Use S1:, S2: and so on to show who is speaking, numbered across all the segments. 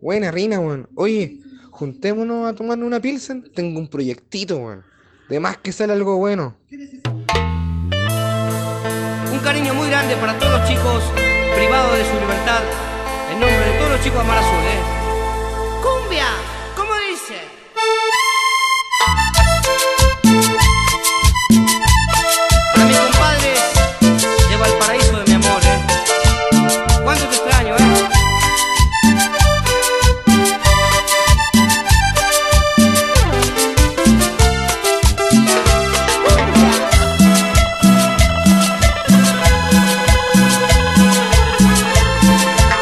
S1: Buena, Rina, weón. Oye, juntémonos a tomar una pilsen. Tengo un proyectito, weón. De más que sale algo bueno.
S2: Un cariño muy grande para todos los chicos privados de su libertad. En nombre de todos los chicos de Mar Azul, ¿eh? ¡Cumbia! ¿Cómo dice? Para mis compadres de Valparaíso de mi amor, ¿eh? ¿Cuánto te extraño, eh?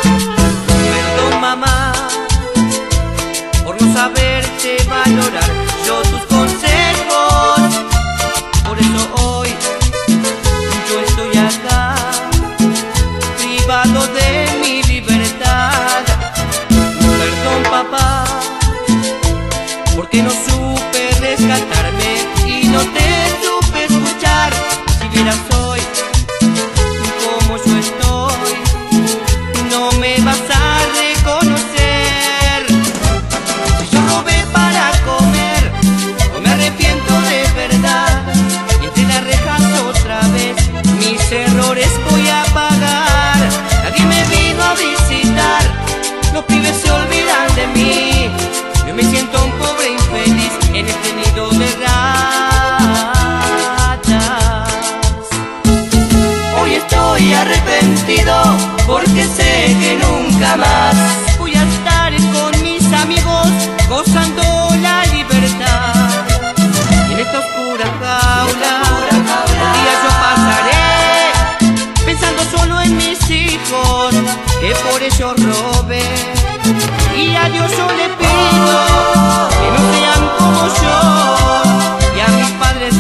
S2: Perdón mamá por no saberte valorar yo tus consejos. Por eso hoy yo estoy acá, privado de mi libertad. Perdón papá, porque no supe rescatarme y no te supe escuchar. Si vieras hoy como yo estoy. No me vas a reconocer Si yo robé para comer No me arrepiento de verdad Y entre las rejas otra vez Mis errores voy a pagar Nadie me vino a visitar Los pibes se olvidan de mí Yo me siento un pobre infeliz En este nido de ratas Hoy estoy arrepentido porque sé que nunca más voy a estar con mis amigos gozando la libertad. Y en esta oscura jaula, un día yo pasaré pensando solo en mis hijos que por ellos robé. Y a Dios yo le pido que no sean como yo y a mis padres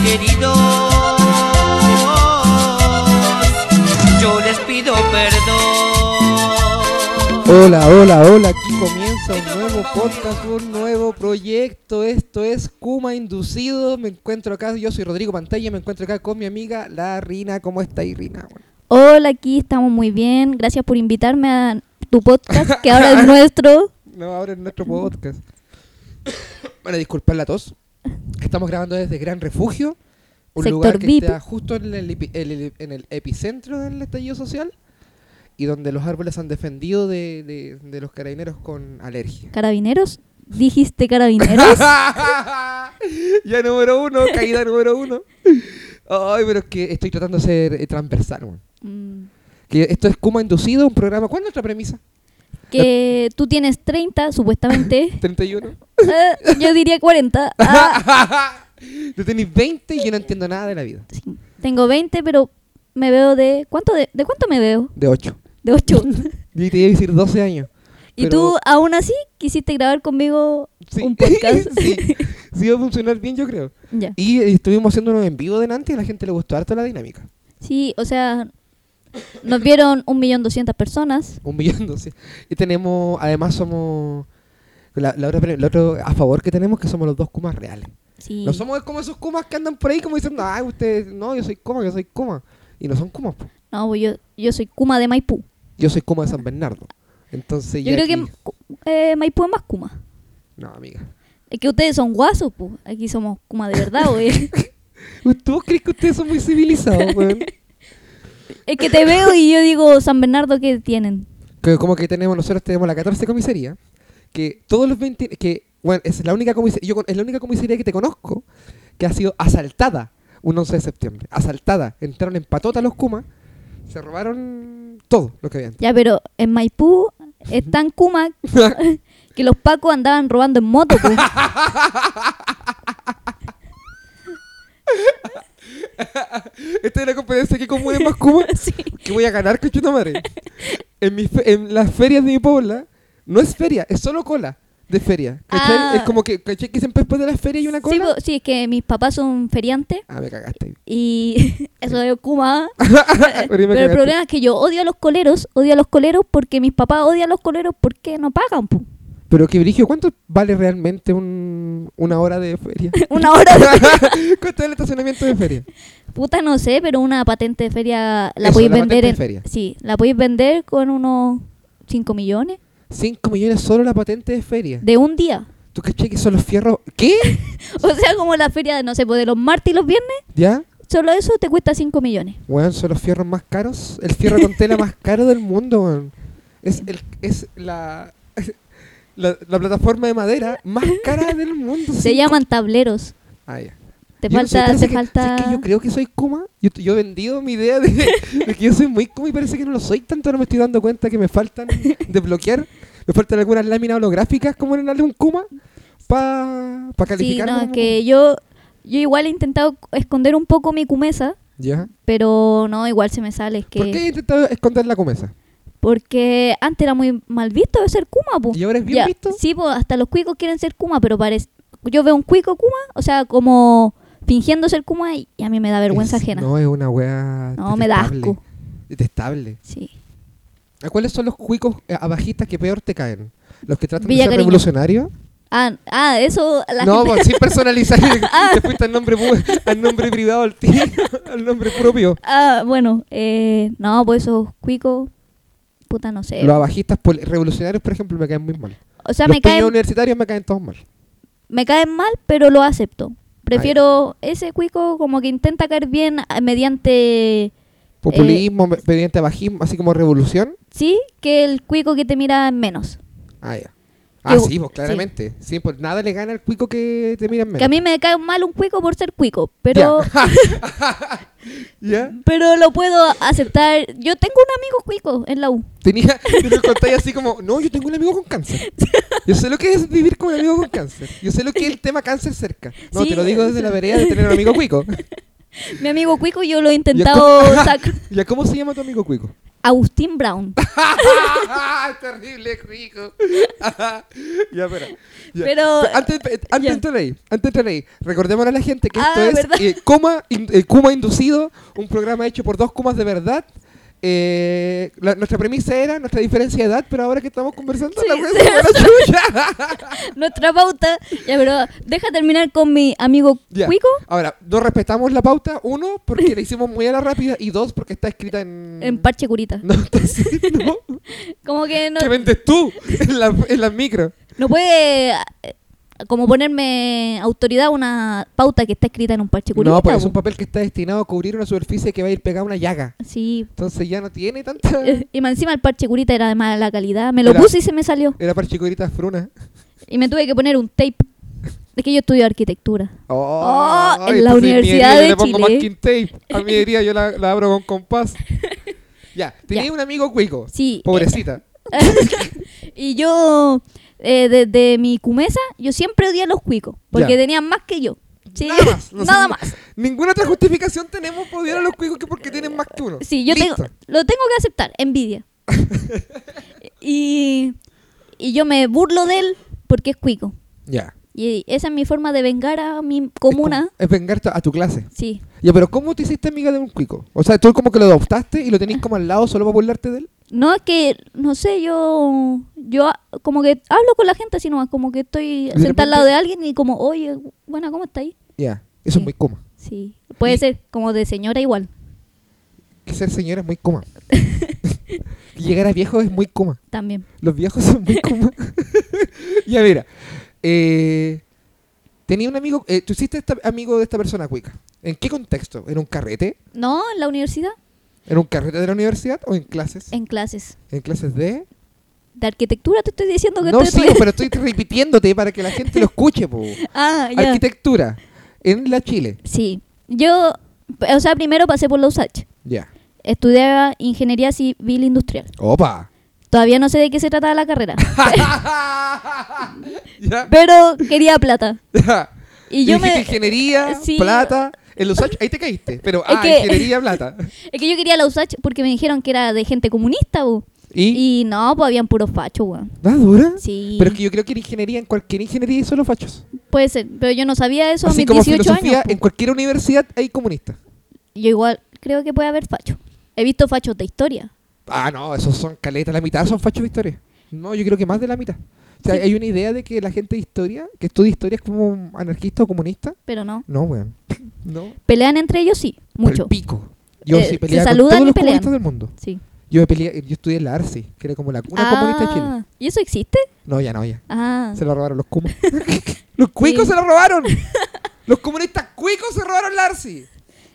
S2: queridos yo les pido perdón.
S3: Hola, hola, hola, aquí comienza un nuevo podcast, un nuevo proyecto. Esto es Kuma Inducido. Me encuentro acá, yo soy Rodrigo Pantalla, me encuentro acá con mi amiga la Rina. ¿Cómo está ahí, Rina? Bueno,
S4: Hola, aquí estamos muy bien. Gracias por invitarme a tu podcast, que ahora es nuestro.
S3: no, ahora en nuestro podcast. Bueno, disculpad la tos. Estamos grabando desde Gran Refugio, un
S4: Sector
S3: lugar que
S4: VIP.
S3: está justo en el, epi- el- el- en el epicentro del estallido social y donde los árboles han defendido de, de- de los carabineros con alergia.
S4: ¿Carabineros? ¿Dijiste carabineros?
S3: ya número uno, caída número uno. Ay, pero es que estoy tratando de ser eh, transversal, weón.
S4: Mm,
S3: Que esto es Kuma Inducido, un programa. ¿Cuál es nuestra premisa?
S4: que tú tienes 30, supuestamente.
S3: 31.
S4: Ah, yo diría 40. Ah,
S3: Tú tenés 20 y yo no entiendo nada de la vida.
S4: sí. Tengo 20, pero me veo de... ¿Cuánto de, de cuánto me veo?
S3: De 8.
S4: De 8.
S3: Yo te iba a decir 12 años.
S4: y
S3: pero-
S4: tú, aún así, quisiste grabar conmigo
S3: Sí.
S4: un podcast.
S3: sí. Sí, va a funcionar bien, yo creo.
S4: ya.
S3: Y eh, estuvimos haciendo unos en vivo delante y a la gente le gustó harto la dinámica.
S4: Sí, o sea, nos vieron 1.200.000 personas.
S3: Un millón, doce. Y tenemos, además somos. La, la otra, pre- la otro a favor que tenemos que somos los dos Kumas reales.
S4: Sí.
S3: No somos como esos Kumas que andan por ahí como diciendo, ay, ustedes, no, yo soy Kuma, yo soy Kuma. Y no son Kumas, po.
S4: No, pues yo, yo soy Kuma de Maipú.
S3: Yo soy Kuma de San Bernardo. Entonces
S4: Yo
S3: ya
S4: creo que
S3: aquí-
S4: Cu- eh, Maipú es más Kuma.
S3: No, amiga.
S4: Es que ustedes son guasos, pues. Aquí somos Kuma de verdad, güey.
S3: ¿Tú crees que ustedes son muy civilizados, weón?
S4: es que te veo y yo digo, San Bernardo, ¿qué tienen?
S3: Que como que tenemos, nosotros tenemos la 14 comisaría, que todos los 20, que, bueno, es la única comisaría, yo con- es la única comisaría que te conozco que ha sido asaltada un 11 de septiembre, asaltada, entraron en patota los Kuma, se robaron todo lo que habían.
S4: Ya, pero en Maipú es tan Kuma que los pacos andaban robando en moto, pues.
S3: Esta es la competencia que como es más Kuma,
S4: Sí.
S3: que voy a ganar, cochita madre. En, mi fe- en las ferias de mi puebla, no es feria, es solo cola de feria. ¿cachai?
S4: Ah.
S3: Es como que, ¿cachai? Que siempre después de la feria hay una
S4: Sí,
S3: cola.
S4: po, sí, es que mis papás son feriantes
S3: Ah, me cagaste.
S4: y eso es Kuma.
S3: Ah, Pero
S4: Pero el problema es que yo odio a los coleros, odio a los coleros porque mis papás odian a los coleros porque no pagan, po.
S3: Pero que Brigio, ¿cuánto vale realmente un, una hora de feria?
S4: Una hora de
S3: ¿Cuánto es el estacionamiento de feria?
S4: Puta, no sé, pero una patente de feria la
S3: Eso,
S4: podéis
S3: la patente
S4: vender
S3: de
S4: en.
S3: feria.
S4: Sí, la podéis vender con unos 5 millones.
S3: 5 millones solo la patente de feria.
S4: De un día.
S3: ¿Tú caché que son los fierros? ¿Qué?
S4: O sea, como la feria de, no sé, pues de los martes y los viernes,
S3: ¿Ya?
S4: solo eso te cuesta 5 millones.
S3: Weón, son los fierros más caros. El fierro con tela más caro del mundo, weón. Es, el, es la, la, la plataforma de madera más cara del mundo.
S4: Se
S3: cinco-
S4: llaman tableros.
S3: Ah, ya.
S4: Te
S3: Yo no sé,
S4: falta,
S3: parece
S4: te
S3: que-
S4: falta...
S3: ¿sabes que yo creo que soy Kuma. Yo, yo he vendido mi idea de, de que yo soy muy Kuma y parece que no lo soy tanto. Ahora me estoy dando cuenta que me faltan desbloquear. Me faltan algunas láminas holográficas como en el álbum Kuma para pa
S4: sí,
S3: calificarlo
S4: no, es
S3: como-
S4: que yo, yo igual he intentado esconder un poco mi cumeza,
S3: ¿Ya?
S4: pero no, igual se me sale. Es que...
S3: ¿Por qué he intentado esconder la comesa?
S4: Porque antes era muy mal visto de ser Kuma, po.
S3: ¿Y ahora es bien
S4: Ya,
S3: visto?
S4: Sí, po, hasta los cuicos quieren ser Kuma, pero parece... Yo veo un cuico Kuma, o sea, como fingiendo ser Kuma y, y a mí me da vergüenza
S3: Es-
S4: ajena. No,
S3: No, es una wea.
S4: me da
S3: detestable.
S4: asco.
S3: Detestable.
S4: Sí.
S3: ¿A ¿Cuáles son los cuicos eh, abajistas que peor te caen? ¿Los que tratan de
S4: Villa
S3: ser
S4: Cariño.
S3: revolucionarios?
S4: Ah, ah, eso... La
S3: no,
S4: gente-
S3: pues, sin personalizar. Te fuiste al nombre, pu- al nombre privado, al, tío, al nombre propio.
S4: Ah, bueno, eh, no, pues esos cuicos, puta, no sé.
S3: Los abajistas pol- revolucionarios, por ejemplo, me caen muy mal.
S4: O sea,
S3: los
S4: me caen,
S3: peñas universitarios me caen todos mal.
S4: me caen mal, pero lo acepto.
S3: Ah,
S4: Prefiero ese cuico como que intenta caer bien ah, mediante... Eh.
S3: Populismo, me- mediante abajismo, así como revolución.
S4: Sí, que el cuico que te mira menos.
S3: Ah, ya. Ah,
S4: Yo-
S3: sí, pues
S4: sí.
S3: claramente. Sí, pues nada le gana al cuico que te miran menos.
S4: Que a mí me cae mal un cuico por ser cuico, pero,
S3: ¿Ya?
S4: pero lo puedo aceptar. Yo tengo un amigo cuico en la U.
S3: Tenía, te lo contáis así como, no, yo tengo un amigo con cáncer. Yo sé lo que es vivir con un amigo con cáncer. Yo sé lo que es el tema cáncer cerca. No,
S4: Sí,
S3: te lo digo desde
S4: sí.
S3: la vereda de tener un amigo cuico.
S4: Mi amigo cuico yo lo he
S3: ¿Y a
S4: intentado
S3: cómo-
S4: sacar.
S3: ¿Y a cómo se llama tu amigo cuico?
S4: Agustín Brown.
S3: Terrible cuico. ya, espera. Ya.
S4: Pero-
S3: Pero Antes, eh, antes
S4: ya.
S3: de entrar ahí, antes de entrar ahí, recordémosle a la gente que
S4: Ah,
S3: esto
S4: ¿verdad?
S3: es eh, Coma, in- eh, Kuma Inducido, un programa hecho por dos comas de verdad. Eh, la- nuestra premisa era nuestra diferencia de edad, pero ahora que estamos conversando,
S4: Sí,
S3: la wea
S4: sí.
S3: se fue a la chucha.
S4: Nuestra pauta. Ya, pero deja terminar con mi amigo
S3: Ya.
S4: cuico
S3: Ahora, no respetamos la pauta, uno, porque la hicimos muy a la rápida, y dos, porque está escrita en...
S4: en parche curita.
S3: No, entonces, no.
S4: Como que no,
S3: ¿Qué vendes tú en la, en la micro?
S4: no puede eh, como ponerme autoridad una pauta que está escrita en un parche curita.
S3: No, pero es
S4: po.
S3: un papel que está destinado a cubrir una superficie que va a ir pegada a una llaga.
S4: Sí.
S3: Entonces ya no tiene tanta...
S4: Eh, Y más encima el parche curita era de mala calidad. Me lo
S3: Era-
S4: puse y se me salió.
S3: Era parchicurita fruna.
S4: Y me tuve que poner un tape. Es que yo estudio arquitectura. Oh, en
S3: ay,
S4: la
S3: entonces mi
S4: Universidad
S3: herida yo
S4: de
S3: le pongo
S4: Chile.
S3: masking tape. A mi herida yo la, la abro con compás. Ya, tenía
S4: Ya.
S3: un amigo cuico.
S4: Sí. eh,
S3: Pobrecita.
S4: y yo, eh, desde mi cumeza, yo siempre odié a los cuicos. Porque
S3: Ya.
S4: tenían más que yo. Sí,
S3: Nada más. no sé,
S4: nada
S3: ni-
S4: más.
S3: Ninguna otra justificación tenemos para odiar a los cuicos que porque tienen más que uno.
S4: Sí, yo tengo,
S3: Listo.
S4: lo tengo que aceptar. Envidia. y, y yo me burlo de él porque es cuico.
S3: Ya.
S4: Y esa es mi forma de vengar a mi comuna.
S3: Es, como- es vengarte a tu clase.
S4: Sí.
S3: Ya, pero ¿cómo te hiciste amiga de un cuico? O sea, tú como que lo adoptaste y lo
S4: Ah.
S3: tenés como al lado solo para burlarte de él.
S4: No, es que, no sé, yo, yo a- como que hablo con la gente así nomás, como que estoy
S3: De
S4: sentada al lado
S3: repente-
S4: de alguien y como, oye, buena, ¿cómo está ahí?
S3: Ya. Eso
S4: Sí.
S3: es muy coma.
S4: Sí, puede
S3: Y-
S4: ser como de señora igual,
S3: Que ser señora es muy coma. Llegar a viejo es muy coma.
S4: también.
S3: Los viejos son muy comunes. ya, mira. eh, tenía un amigo. eh, ¿Tú hiciste esta- amigo de esta persona cuica? ¿En qué contexto? ¿En un carrete?
S4: No, en la universidad,
S3: ¿En un carrete de la universidad o en clases?
S4: en clases.
S3: ¿En clases de.?
S4: De arquitectura te estoy diciendo que
S3: No,
S4: estoy
S3: sí,
S4: estudiando.
S3: pero estoy repitiéndote para que la gente lo escuche, po.
S4: Ah, ya.
S3: Arquitectura. En la Chile.
S4: sí, yo, p- o sea, primero pasé por la USACH.
S3: Ya.
S4: Estudiaba ingeniería civil industrial.
S3: Opa.
S4: Todavía no sé de qué se trataba la carrera,
S3: ya.
S4: pero quería plata.
S3: ya.
S4: Y yo
S3: Dijiste
S4: me... eh,
S3: ingeniería,
S4: Sí.
S3: plata. En los ocho, ahí te caíste. Pero,
S4: Es
S3: ah,
S4: que-
S3: ingeniería, plata.
S4: Es que yo quería la USACH porque me dijeron que era de gente comunista, bu.
S3: Y.
S4: Y no, pues habían puros fachos, weón.
S3: ¿Da dura?
S4: Sí.
S3: Pero es que yo creo que en ingeniería, en cualquier ingeniería, hay solo fachos.
S4: Puede ser, pero yo no sabía eso a
S3: Así
S4: mis
S3: como
S4: 18
S3: filosofía,
S4: años. po.
S3: en cualquier universidad hay comunistas.
S4: Yo igual creo que puede haber fachos. He visto fachos de historia.
S3: Ah, no, esos son caletas. La mitad son fachos de historia. No, yo creo que más de la mitad. O sea,
S4: Sí.
S3: hay una idea de que la gente de historia, que estudia historia, es como un anarquista o comunista.
S4: Pero no.
S3: No, weón. No.
S4: Pelean entre ellos, sí.
S3: Pa'l
S4: Mucho.
S3: Pico. Yo
S4: Eh,
S3: sí
S4: se
S3: peleaba con
S4: saludan
S3: todos
S4: y
S3: los
S4: pelean.
S3: comunistas del mundo.
S4: Sí.
S3: Yo me peleé, yo estudié en la ARSI, que era como la cuna comunista de Chile.
S4: Ah, ¿Y eso existe?
S3: No, ya no, ya.
S4: Ah.
S3: Se lo robaron los cumas. ¡Los cuicos
S4: Sí.
S3: se lo robaron! ¡Los comunistas cuicos se robaron la ARSI!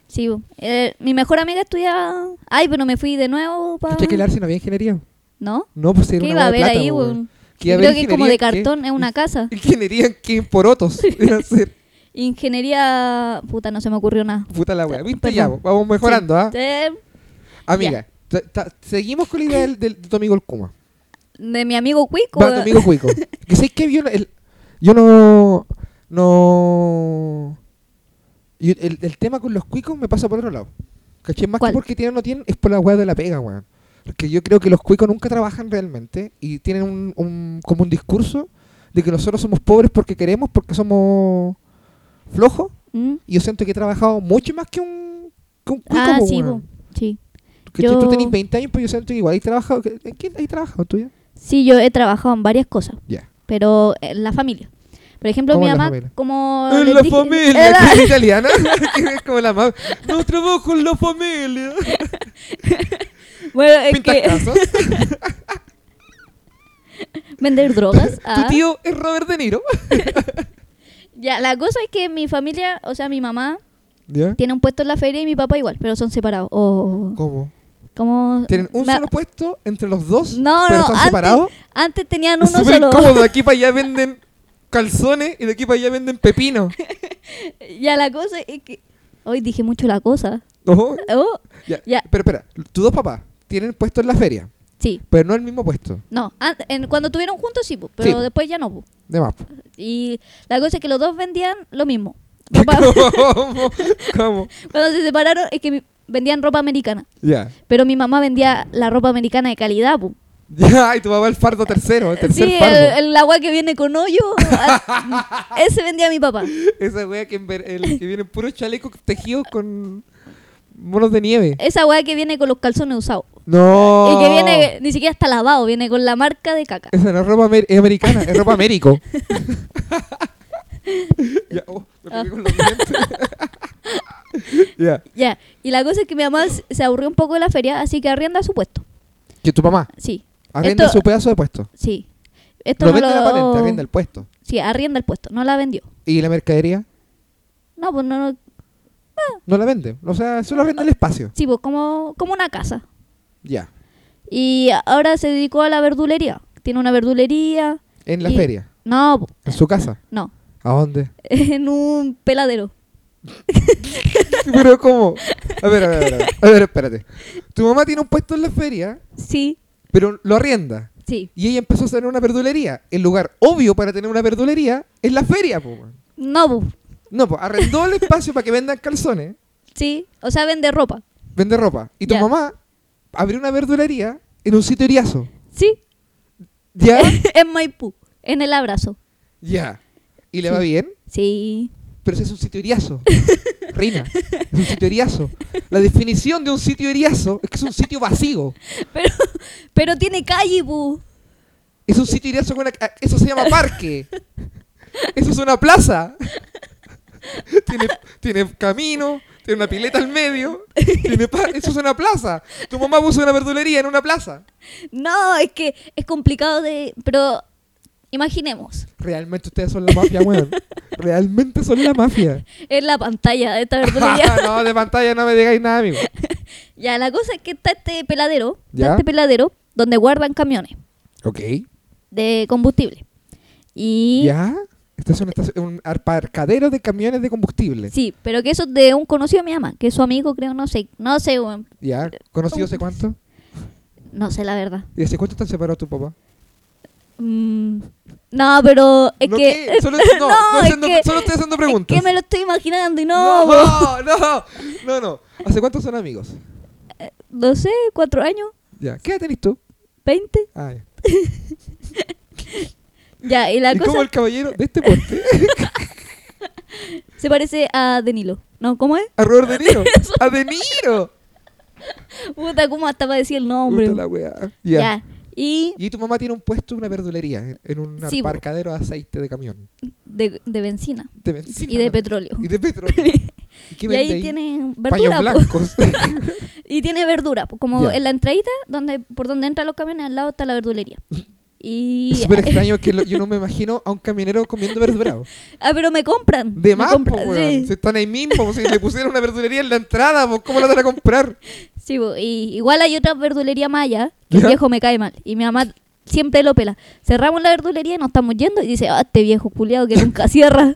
S4: Sí, bu. Eh, mi mejor amiga estudiaba. Ay, pero me fui de nuevo para.
S3: ¿Cachai que el ARSI no había ingeniería?
S4: ¿no?
S3: No, pues era
S4: ¿Qué
S3: una
S4: iba a
S3: hueá de
S4: haber
S3: plata,
S4: ahí,
S3: weón.
S4: weón?
S3: Que iba a
S4: Creo
S3: haber
S4: que como de
S3: ingeniería en qué?
S4: cartón, es una casa.
S3: Ingeniería en qué? en porotos. Iba a ser
S4: Ingeniería. Puta, no se me ocurrió nada.
S3: puta la wea. ¿Viste?
S4: Perdón.
S3: Ya, vamos mejorando, ¿ah?
S4: Eh,
S3: Amiga, ta- ta- seguimos con la idea del, del- de tu amigo el Kuma.
S4: De mi amigo Cuico. eh.
S3: Va, tu amigo cuico. que sé que yo, no- el- yo no... No... yo- el, el tema con los cuicos me pasa por otro lado. ¿Cachai? Más
S4: ¿Cuál?
S3: que porque tienen o no tienen, es por la weá de la pega, weón. Porque yo creo que los cuicos nunca trabajan realmente y tienen un, un- como un discurso de que nosotros somos pobres porque queremos, porque somos flojos.
S4: Mm.
S3: Y yo siento que he trabajado mucho más que un, que un cuico,
S4: Ah,
S3: po,
S4: sí,
S3: weón.
S4: bu. sí.
S3: Que tú- tú
S4: Yo-
S3: tenés 20 años, pero yo siento que igual hay trabajado. que- ¿En quién hay trabajado tú ya?
S4: Sí, yo he trabajado en varias cosas,
S3: Ya.
S4: pero en la familia. Por ejemplo,
S3: ¿Cómo
S4: mi
S3: en la
S4: mamá,
S3: familia?
S4: como. les Ah, dije-
S3: que
S4: en la-
S3: es italiana. que es como la más. No trabajo en la familia.
S4: bueno, es
S3: Pintas
S4: que-
S3: casas.
S4: vender drogas. ah.
S3: Tu tío es Robert De Niro.
S4: Ya, la cosa es que mi familia, o sea, mi mamá
S3: ¿Ya?
S4: tiene un puesto en la feria y mi papá igual, pero son separados. O
S3: ¿Cómo?
S4: como
S3: Tienen un
S4: ma-
S3: solo puesto entre los dos.
S4: No,
S3: pero
S4: no,
S3: están
S4: antes-
S3: separados.
S4: Antes tenían
S3: Es
S4: uno
S3: súper
S4: solo.
S3: incómodo. De aquí para allá venden calzones y de aquí para allá venden pepino.
S4: Ya la cosa es que hoy dije mucho la cosa.
S3: Ojo.
S4: Oh,
S3: Ya.
S4: Ya.
S3: Pero espera, tus dos papás tienen puesto en la feria,
S4: sí.
S3: pero no el mismo puesto.
S4: No, an- en- cuando estuvieron juntos sí, pu, pero
S3: Sí.
S4: después ya no. pu.
S3: De más.
S4: Y la cosa es que los dos vendían lo mismo. Ropa-
S3: ¿Cómo? ¿Cómo?
S4: cuando se separaron es que mi- vendían ropa americana,
S3: Ya.
S4: pero mi mamá vendía la ropa americana de calidad. pues, pu.
S3: Ya, y tu papá el fardo tercero, el tercer
S4: Sí, el,
S3: fardo.
S4: el agua que viene con hoyo, ah, ese vendía mi papá.
S3: Esa wea que, en ver- el, que viene puro chaleco tejido con monos de nieve.
S4: Esa weá que viene con los calzones usados.
S3: No.
S4: Y que viene, ni siquiera está lavado, viene con la marca de caca.
S3: Esa no es ropa amer- es americana, es ropa américo. ya, oh, me pegué con los dientes. ya.
S4: Ya, y la cosa es que mi mamá se se aburrió un poco de la feria, así que arrienda su puesto.
S3: Que tu mamá
S4: Sí,
S3: arrienda
S4: Esto-
S3: su pedazo de puesto.
S4: sí. Esto
S3: No,
S4: no
S3: vende
S4: lo-
S3: la patente, arrienda el puesto.
S4: Sí, arrienda el puesto, no la vendió.
S3: ¿Y la mercadería?
S4: No, pues no, no-
S3: No la vende. O sea, solo arrienda el espacio.
S4: sí, pues como, como una casa.
S3: Ya.
S4: Y ahora se dedicó a la verdulería. Tiene una verdulería.
S3: En la
S4: Y-
S3: feria.
S4: No, po,
S3: En su casa.
S4: no,
S3: ¿A dónde?
S4: en un peladero.
S3: Pero ¿cómo? A ver, a ver, a ver, a ver. A ver, espérate. Tu mamá tiene un puesto en la feria,
S4: Sí,
S3: pero lo arrienda.
S4: sí.
S3: Y ella empezó a tener una verdulería. El lugar obvio para tener una verdulería es la feria, po. weón.
S4: No, po,
S3: No, pues arrendó el espacio para que vendan calzones,
S4: sí. O sea, vende ropa.
S3: vende ropa. Y tu
S4: Ya.
S3: mamá abrió una verdulería en un sitio iriazo.
S4: Sí,
S3: ¿Ya?
S4: en Maipú, en el abrazo.
S3: ya. ¿Y le va bien?
S4: Sí.
S3: Pero ese es un sitio iriazo. Rina, es un sitio iriazo. La definición de un sitio iriazo es que es un sitio vacío.
S4: Pero, pero tiene calle, pu.
S3: Es un sitio irazo con una... ah, Eso se llama parque. Eso es una plaza. tiene, tiene camino, tiene una pileta al medio. Tiene par- Eso es una plaza. Tu mamá puso una verdulería en una plaza.
S4: No, es que es complicado de. Pero imaginemos,
S3: Realmente ustedes son la mafia, weón. Realmente son la mafia.
S4: es la pantalla de esta verdulería.
S3: no, de pantalla no me digáis nada, amigo.
S4: ya, la cosa es que está este peladero,
S3: Ya.
S4: está este peladero donde guardan camiones
S3: Ok.
S4: de combustible. Y.
S3: ¿Ya? Este es un, estaci- un aparcadero de camiones de combustible.
S4: Sí, pero que eso es de un conocido de mi mamá, que es su amigo, creo, no sé, no sé, weón,
S3: ¿Ya? ¿Conocido hace cuánto?
S4: no sé la verdad.
S3: ¿Y hace cuánto están separados tu papá?
S4: Mm, no, pero es
S3: No,
S4: que.
S3: ¿qué? Solo- no, no
S4: es
S3: haciendo-
S4: que-
S3: solo estoy haciendo
S4: es
S3: preguntas.
S4: que me lo estoy imaginando y no, no,
S3: No, no, no, no. ¿Hace cuánto son amigos?
S4: no sé, cuatro años,
S3: Ya. ¿Qué edad tenés tú?
S4: veinte.
S3: Ah, ya.
S4: Ya, y la
S3: ¿Y
S4: cosa
S3: cómo el caballero de este porte?
S4: se parece a Danilo. ¿No? ¿Cómo es?
S3: A Robert De Niro. ¡A De Niro!
S4: Puta, ¿cómo hasta para decir el nombre?
S3: Puta la weá. Ya.
S4: ya. Y
S3: Y tu mamá tiene un puesto, una verdulería, en- en un
S4: Sí, bo.
S3: aparcadero de aceite de camión.
S4: de, de benzina.
S3: De benzina.
S4: Y de petróleo.
S3: Y de petróleo. ¿Y qué
S4: Y
S3: vende
S4: ahí tienen
S3: Paños
S4: verdura. po.
S3: blancos.
S4: Y tiene verdura, pues, como
S3: Ya.
S4: en la entradita, donde, por donde entran los camiones, al lado está la verdulería. Y...
S3: Es súper extraño que lo- yo no me imagino a un camionero comiendo verdura.
S4: ah, pero me compran.
S3: De
S4: me
S3: más,
S4: compran,
S3: pues, weón.
S4: sí.
S3: Si están ahí mismo, pues, si le pusieron una verdulería en la entrada, pues, ¿cómo la van a comprar?
S4: Sí, bo, y igual hay otra verdulería más allá, que el
S3: ¿Ya?
S4: viejo me cae mal. Y mi mamá siempre lo pela. Cerramos la verdulería y nos estamos yendo y dice, ah, este viejo culiado que nunca cierra.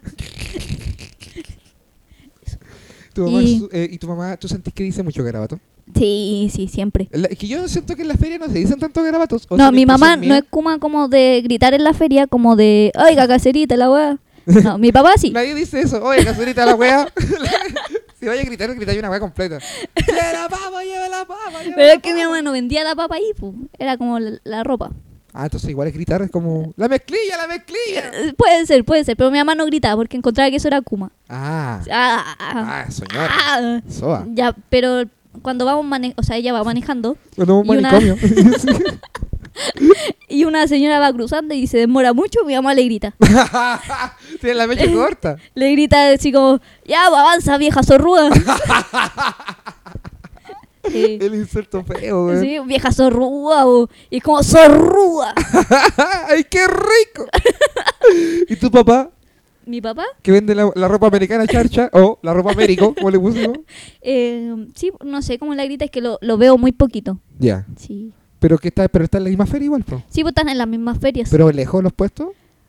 S3: Tu mamá
S4: Y-
S3: es su- eh, y tu mamá, ¿tú sentís que dice mucho garabato?
S4: Sí, sí, siempre.
S3: La- es que yo siento que en las ferias no se dicen tantos garabatos. ¿o
S4: No,
S3: será
S4: mi mamá
S3: impresión
S4: no
S3: mía?
S4: es como, como de gritar en la feria, como de, oiga, caserita, la weá. No, mi papá sí.
S3: Nadie dice eso. Oye, caserita la wea. si vaya a gritar, gritáis una wea completa. Lleva la papa, lleva la papa. lleva
S4: Pero
S3: la
S4: es que mi
S3: papa.
S4: mamá no vendía la papa ahí, po. era como la, la ropa.
S3: Ah, entonces igual es gritar, es como. ¡La mezclilla, la mezclilla!
S4: Eh, Puede ser, puede ser, pero mi mamá no gritaba porque encontraba que eso era Kuma.
S3: Ah,
S4: Ah, ah,
S3: ah, señora.
S4: ah.
S3: Soa.
S4: Ya, pero cuando vamos manejando, o sea, ella va manejando
S3: Cuando un
S4: Y una-
S3: manicomio.
S4: y una señora va cruzando y se demora mucho, mi mamá le grita.
S3: Tiene la mecha corta.
S4: Le grita así como, ya, bo, avanza vieja zorruda. sí,
S3: El inserto feo, weón.
S4: sí, vieja zorruda, bo. y es como zorruda.
S3: ¡Ay, qué rico! ¿Y tu papá?
S4: Mi papá,
S3: Que vende la, la ropa americana charcha o la ropa américo, como le pusimos.
S4: eh, sí, no sé cómo la grita, es que lo, lo veo muy poquito.
S3: Ya.
S4: Sí,
S3: Pero que está, pero está en la misma feria igual, po.
S4: sí, pues están en las mismas ferias,
S3: Pero lejos los puestos.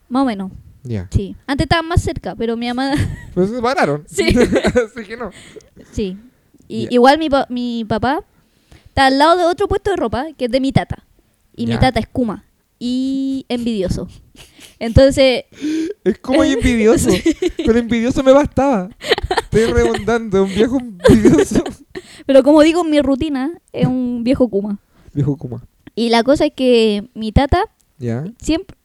S4: más o menos.
S3: Ya.
S4: Sí, antes estaban más cerca, pero mi mamá.
S3: Pues se pararon.
S4: Sí.
S3: Así que no.
S4: sí. Y,
S3: Ya.
S4: Igual mi, pa- mi papá está al lado de otro puesto de ropa que es de mi tata. Y mi
S3: Ya.
S4: tata es Kuma y envidioso. Entonces,
S3: Es como
S4: Eh,
S3: hay envidioso. Con envidioso me bastaba. Estoy rebondando. Un viejo envidioso.
S4: pero como digo, mi rutina es un viejo Kuma.
S3: Viejo Kuma.
S4: Y la cosa es que mi tata
S3: Ya.
S4: siempre.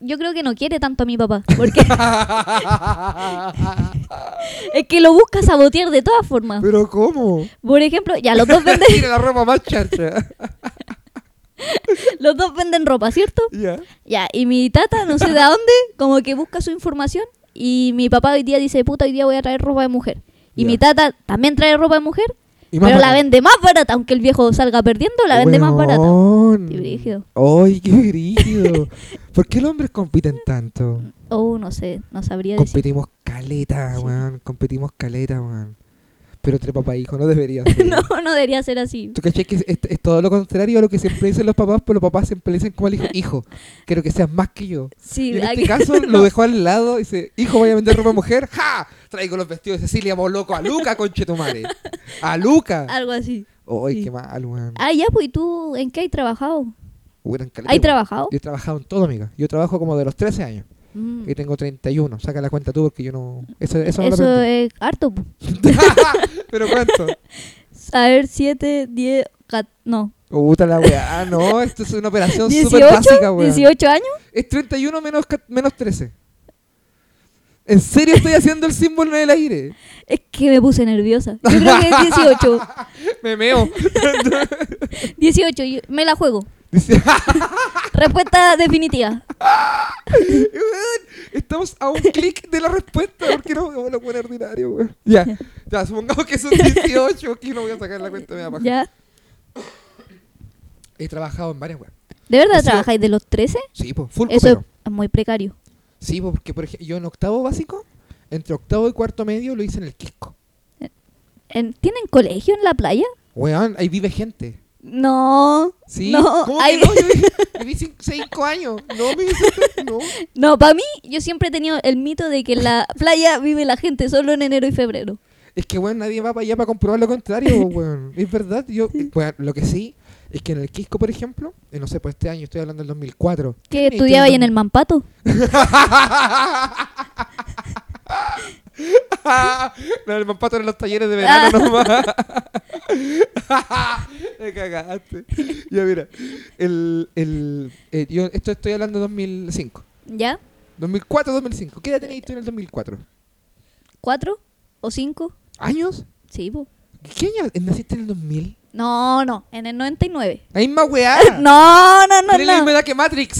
S4: Yo creo que no quiere tanto a mi papá. Porque es que lo busca sabotear de todas formas.
S3: Pero ¿cómo?
S4: Por ejemplo, ya Ah. los dos venden,
S3: Tiene la ropa más charcha.
S4: los dos venden ropa, ¿cierto?
S3: ya.
S4: Ya, y mi tata, no sé de dónde, como que busca su información. Y mi papá hoy día dice, puta, hoy día voy a traer ropa de mujer. Y
S3: Ya.
S4: mi tata también trae ropa de mujer,
S3: Y
S4: pero la
S3: barata.
S4: vende más barata. Aunque el viejo salga perdiendo, la vende más barata.
S3: Weón.
S4: Qué brígido.
S3: Ay, qué brígido. ¿Por qué los hombres compiten tanto?
S4: Oh, no sé, no sabría decir.
S3: Competimos caleta,
S4: Sí.
S3: weón. Competimos caleta, weón. Pero entre papá e hijo no debería ser.
S4: No, no debería ser así.
S3: ¿Tú cachai que es, es- es todo lo contrario a lo que siempre dicen los papás? Pero los papás siempre le dicen como al hijo, hijo, quiero que seas más que yo.
S4: Sí,
S3: Y en
S4: hay
S3: este
S4: que-
S3: caso
S4: no.
S3: lo dejó al lado y dice, hijo, voy a vender ropa de mujer. ¡Ja! Traigo los vestidos de Cecilia Moloco a Luca, conchetumare. A Luca. ¡Ay,
S4: Algo así. Ah, sí.
S3: qué mal, weón!
S4: Ah, ya, pues, ¿y tú en qué has trabajado?
S3: Hubieran caleta,
S4: ¿Has
S3: weón.
S4: trabajado?
S3: Yo he trabajado en todo, amiga. Yo trabajo como de los 13 años.
S4: Mm,
S3: Y tengo 31. Saca la cuenta tú porque yo no... Eso, eso, no lo
S4: Eso
S3: aprendí.
S4: es harto. po.
S3: ¿Pero cuánto?
S4: A ver, 7, 10, no,
S3: Puta la weá. Ah, no. Esto es una operación súper
S4: 18,
S3: básica, weón.
S4: 18 años.
S3: Es 31 menos, ca- menos 13. ¿En serio estoy haciendo el símbolo en el aire?
S4: Es que me puse nerviosa. Yo creo que es 18.
S3: Me meo.
S4: 18, yo- me la juego.
S3: Dice, "Ah,
S4: Respuesta definitiva.
S3: Weón, Estamos a un clic de la respuesta porque no me voy a poner ordinario, weón. Ya, ya, supongamos que son 18, aquí no voy a sacar la cuenta, me da paja.
S4: ¿Ya?
S3: He trabajado en varias weas.
S4: ¿De verdad
S3: Eso-
S4: trabajáis de los 13?
S3: Sí, pues, full
S4: Eso es,
S3: copero.
S4: es muy precario.
S3: Sí, po, porque por ejemplo, yo en octavo básico, entre octavo y cuarto medio lo hice en el Quisco.
S4: ¿En- ¿Tienen colegio en la playa?
S3: Weón, ahí vive gente.
S4: No.
S3: Sí,
S4: No,
S3: ¿cómo
S4: ahí-
S3: que no? Yo viví, viví cinco, cinco años. No, me hice- no.
S4: No, para mí, yo siempre he tenido el mito de que en la playa vive la gente solo en enero y febrero.
S3: Es que, weón, nadie va para allá para comprobar lo contrario, weón. Es verdad, yo, weón, lo que sí es que en el Quisco, por ejemplo, eh, no sé, pues este año, estoy hablando del 2004.
S4: ¿Qué estudiaba ahí en el Mampato?
S3: no, el mampato en los talleres de
S4: Ah.
S3: verano nomás. Me cagaste. Ya, mira, el, el, eh, yo esto estoy hablando de 2005.
S4: ¿Ya?
S3: 2004, 2005. ¿Qué edad tenías tú en el 2004?
S4: ¿Cuatro? ¿O cinco?
S3: ¿Años?
S4: Sí, po.
S3: ¿Qué año naciste en el 2000?
S4: No, no, en el 99.
S3: La misma weá.
S4: No, no, no,
S3: Tiene la misma
S4: no.
S3: edad que Matrix.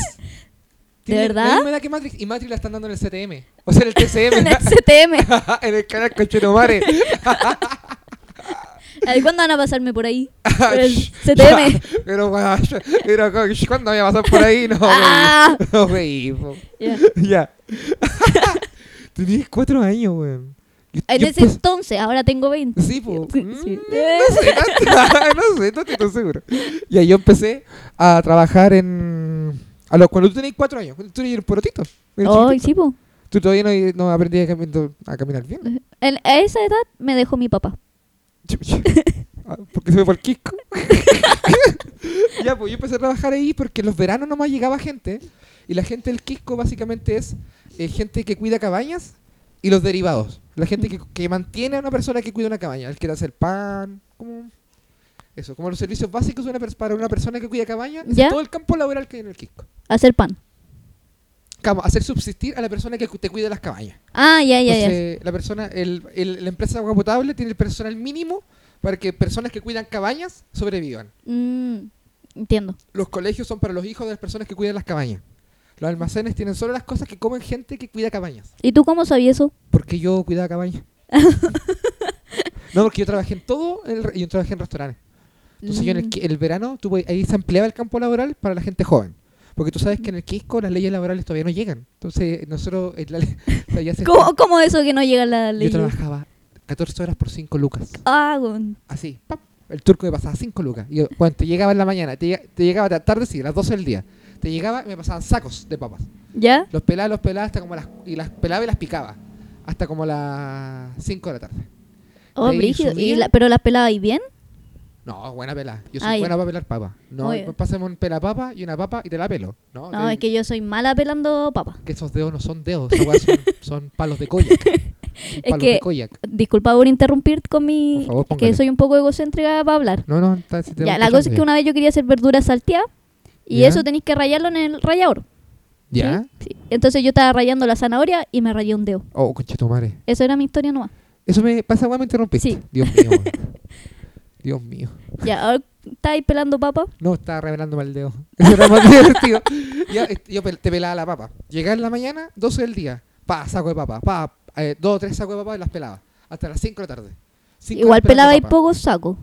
S3: Tiene
S4: verdad?
S3: La misma edad que Matrix. Y Matrix la están dando en el CTM. O sea, en el TCM.
S4: En el CTM.
S3: en el canal Conchetumare.
S4: Ay, ¿Cuándo van a pasarme por ahí? Por
S3: Ah,
S4: el
S3: Sh-
S4: CTM.
S3: ya, Pero, weón, pero, co- sh- ¿cuándo voy a pasar por ahí? No,
S4: Ah.
S3: weón. No, weón, po.
S4: Ya.
S3: Ya. Tenías cuatro años, weón. Yo-
S4: En
S3: yo pues
S4: ese
S3: empecé-
S4: entonces, ahora tengo 20.
S3: Sí, po.
S4: Sí,
S3: Mm,
S4: sí.
S3: No sé, no, no sé, no estoy tan seguro. Y ahí yo empecé a trabajar en. A los, cuando tú tenías cuatro años, cuando tú eres el porotito. eres
S4: Ay,
S3: chiquitito.
S4: sí, po.
S3: Tú todavía no, no aprendías a caminar, a caminar bien.
S4: En- a esa edad me dejó mi papá.
S3: Chucha. Ah, Porque se me fue el quisco. ya, pues yo empecé a trabajar ahí porque en los veranos nomás llegaba gente. Y la gente del quisco básicamente es eh, gente que cuida cabañas y los derivados. La gente que, que mantiene a una persona que cuida una cabaña. El que le hace el pan, como... Eso, como los servicios básicos de una pers- para una persona que cuida cabaña. Es
S4: ¿Ya?
S3: todo el campo laboral que hay en el quisco.
S4: Hacer pan.
S3: Como hacer subsistir a la persona que cu- te cuida las cabañas.
S4: Ah, ya, ya, ya.
S3: Entonces, la persona, el, el- la empresa de agua potable tiene el personal mínimo para que personas que cuidan cabañas sobrevivan.
S4: Mm, entiendo.
S3: Los colegios son para los hijos de las personas que cuidan las cabañas. Los almacenes tienen solo las cosas que comen gente que cuida cabañas.
S4: ¿Y tú cómo sabías eso?
S3: Porque yo cuidaba cabañas. no, porque yo trabajé en todo, en el re- yo trabajé en restaurantes. Entonces Pues yo en el,
S4: Mm.
S3: qui- el verano, tuve, ahí se ampliaba el campo laboral para la gente joven. Porque tú sabes que en el Quisco las leyes laborales todavía no llegan. Entonces nosotros... eh, la ley- todavía se-
S4: ¿Cómo, cómo eso que no llega la ley?
S3: Yo trabajaba 14 horas por 5 lucas.
S4: Ah, weón.
S3: Así, pap, el turco me pasaba 5 lucas. Y yo, bueno, te llegaba en la mañana, te, llega- te llegaba a la tarde, sí, a las 12 del día. Te llegaba y me pasaban sacos de papas.
S4: ¿Ya?
S3: Los pelaba, los pelaba hasta como las. Y las pelaba y las picaba. Hasta como las 5 de la tarde.
S4: Oh,
S3: Ahí
S4: brígido.
S3: subía.
S4: ¿Y la- ¿Pero las pelabas ahí bien?
S3: No, buena pelada. Yo soy
S4: Ah, ya.
S3: buena para pelar papa. No,
S4: Muy bien.
S3: pásame un pelapapa y una papa y te la pelo. No,
S4: No,
S3: te-
S4: es que yo soy mala pelando papas.
S3: que esos dedos no son dedos, esas weas son, son palos de koyak. Son palos
S4: que-
S3: de koyak.
S4: Disculpa por interrumpir con mi...
S3: Por favor, póngale.
S4: que soy un poco egocéntrica para hablar.
S3: No, no, está, si te
S4: Ya,
S3: voy
S4: la cosa es que
S3: escuchando
S4: una vez yo quería hacer verduras salteadas y
S3: Ya.
S4: eso tenéis que rayarlo en el rallador.
S3: bien. ¿Ya?
S4: Sí. Entonces yo estaba rayando la zanahoria y me rayé un dedo.
S3: Oh, conchetumare.
S4: Eso era mi historia nomás.
S3: Eso me pasa, weón, me interrumpiste.
S4: Sí.
S3: Dios mío. weón. Dios mío.
S4: Ya, ahora estáis pelando papa.
S3: No, estaba revelándome el dedo. Eso era más divertido. Ya, este, Yo, pel- te pelaba la papa. Llegaba en la mañana, 12 del día. Pa, saco de papa. Pa, eh, dos o tres sacos de papa y las pelaba. Hasta las 5 de la tarde. Cinco
S4: Igual
S3: horas pelando
S4: pelabais
S3: papa.
S4: pocos sacos.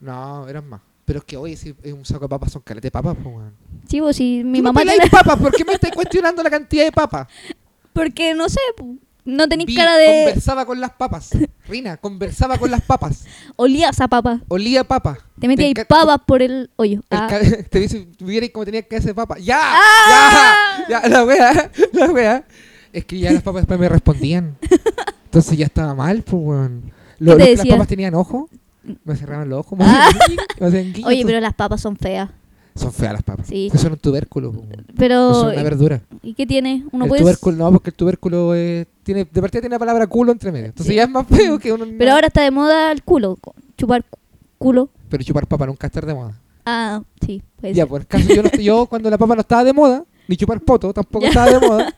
S3: No, eran más. Pero es que hoy si es un saco de papas son calete de papas, po, weón.
S4: Sí, vos, si mi
S3: Tú no
S4: mamá te
S3: peláis
S4: la-
S3: papas, ¿por qué me estáis cuestionando la cantidad de papas?
S4: Porque no sé, pu, no tenéis
S3: Vi,
S4: cara de.
S3: Conversaba con las papas. Rina, conversaba con las papas.
S4: Olías a papa.
S3: Olía a papa.
S4: Te metíais
S3: enca-
S4: papas por el hoyo.
S3: El
S4: Ah,
S3: ca- Te dice, tuvierais como tenías que hacer papas. ¡Ya!
S4: ¡Ah!
S3: ¡Ya! ¡Ya! La wea, la wea. Es que ya las papas después me respondían. Entonces ya estaba mal, pues, weón. Lo-
S4: ¿Qué
S3: lo-
S4: te
S3: las
S4: decía?
S3: papas tenían ojo. Me cerraban los ojos. me
S4: Ah.
S3: hacían guiño, me hacían guiño,
S4: Oye, pero
S3: entonces-
S4: las papas son feas.
S3: Son feas las papas.
S4: Sí.
S3: Eso es un tubérculo. po, weón. Eso
S4: Pero.
S3: es una verdura.
S4: ¿Y qué tiene? Uno
S3: el
S4: puede.
S3: tubérculo no, porque el tubérculo eh, tiene, de partida tiene la palabra culo entre medio. Entonces
S4: Sí.
S3: ya es más feo que uno.
S4: Pero ahora está de moda el culo. co- Chupar cu- culo.
S3: Pero chupar papa nunca estar de moda.
S4: Ah, sí. puede
S3: Ya,
S4: ser.
S3: por el caso, yo, no- yo cuando la papa no estaba de moda, ni chupar poto tampoco estaba de moda,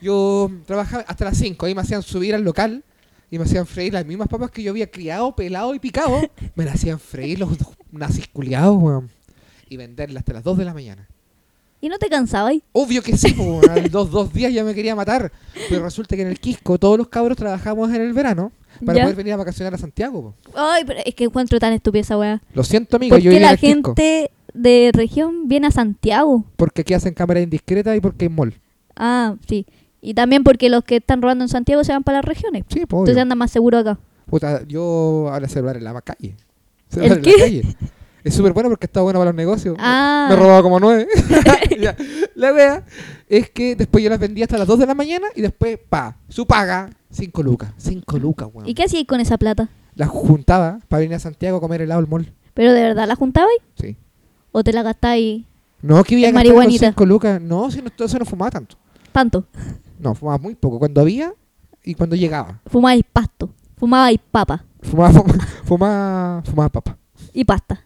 S3: yo trabajaba hasta las 5, ahí me hacían subir al local y me hacían freír las mismas papas que yo había criado, pelado y picado, me las hacían freír los dos nazis culiados, weón, y venderlas hasta las 2 de la mañana.
S4: ¿Y no te cansabas?
S3: Obvio que sí, po, weón, a los dos, dos días ya me quería matar, pero resulta que en el Quisco todos los cabros trabajamos en el verano para
S4: Ya.
S3: poder venir a vacacionar a Santiago. po.
S4: Ay, pero es que encuentro tan estúpida esa weá.
S3: Lo siento, amigo,
S4: ¿Por
S3: yo
S4: qué
S3: vivía en
S4: la
S3: el Quisco,
S4: gente de región viene a Santiago?
S3: porque aquí hacen cámaras indiscretas y porque hay mall.
S4: Ah, sí. Y también porque los que están robando en Santiago se van para las regiones.
S3: Sí, pues.
S4: Entonces andan más seguro acá.
S3: Puta, yo ahora celular en la calle.
S4: ¿El
S3: Celular en
S4: qué?
S3: la calle. Es súper bueno porque está bueno para los negocios.
S4: Ah.
S3: Me he robado como nueve. Ya. La wea es que después yo las vendía hasta las 2 de la mañana y después, pa, su paga, 5 lucas. 5 lucas, weón.
S4: ¿Y qué hacíais con esa plata?
S3: Las juntaba para venir a Santiago a comer helado al mall.
S4: ¿Pero de verdad la juntabais
S3: Sí.
S4: o te la gastabais
S3: No, que iba a
S4: El
S3: gastar con
S4: marihuanita.
S3: 5 lucas. No, si no, entonces no fumaba tanto.
S4: tanto?
S3: No, fumaba muy poco. Cuando había y cuando llegaba.
S4: Fumabais pasto, fumabais papa
S3: Fumaba, fumaba, fumaba, fumaba papa.
S4: y pasta.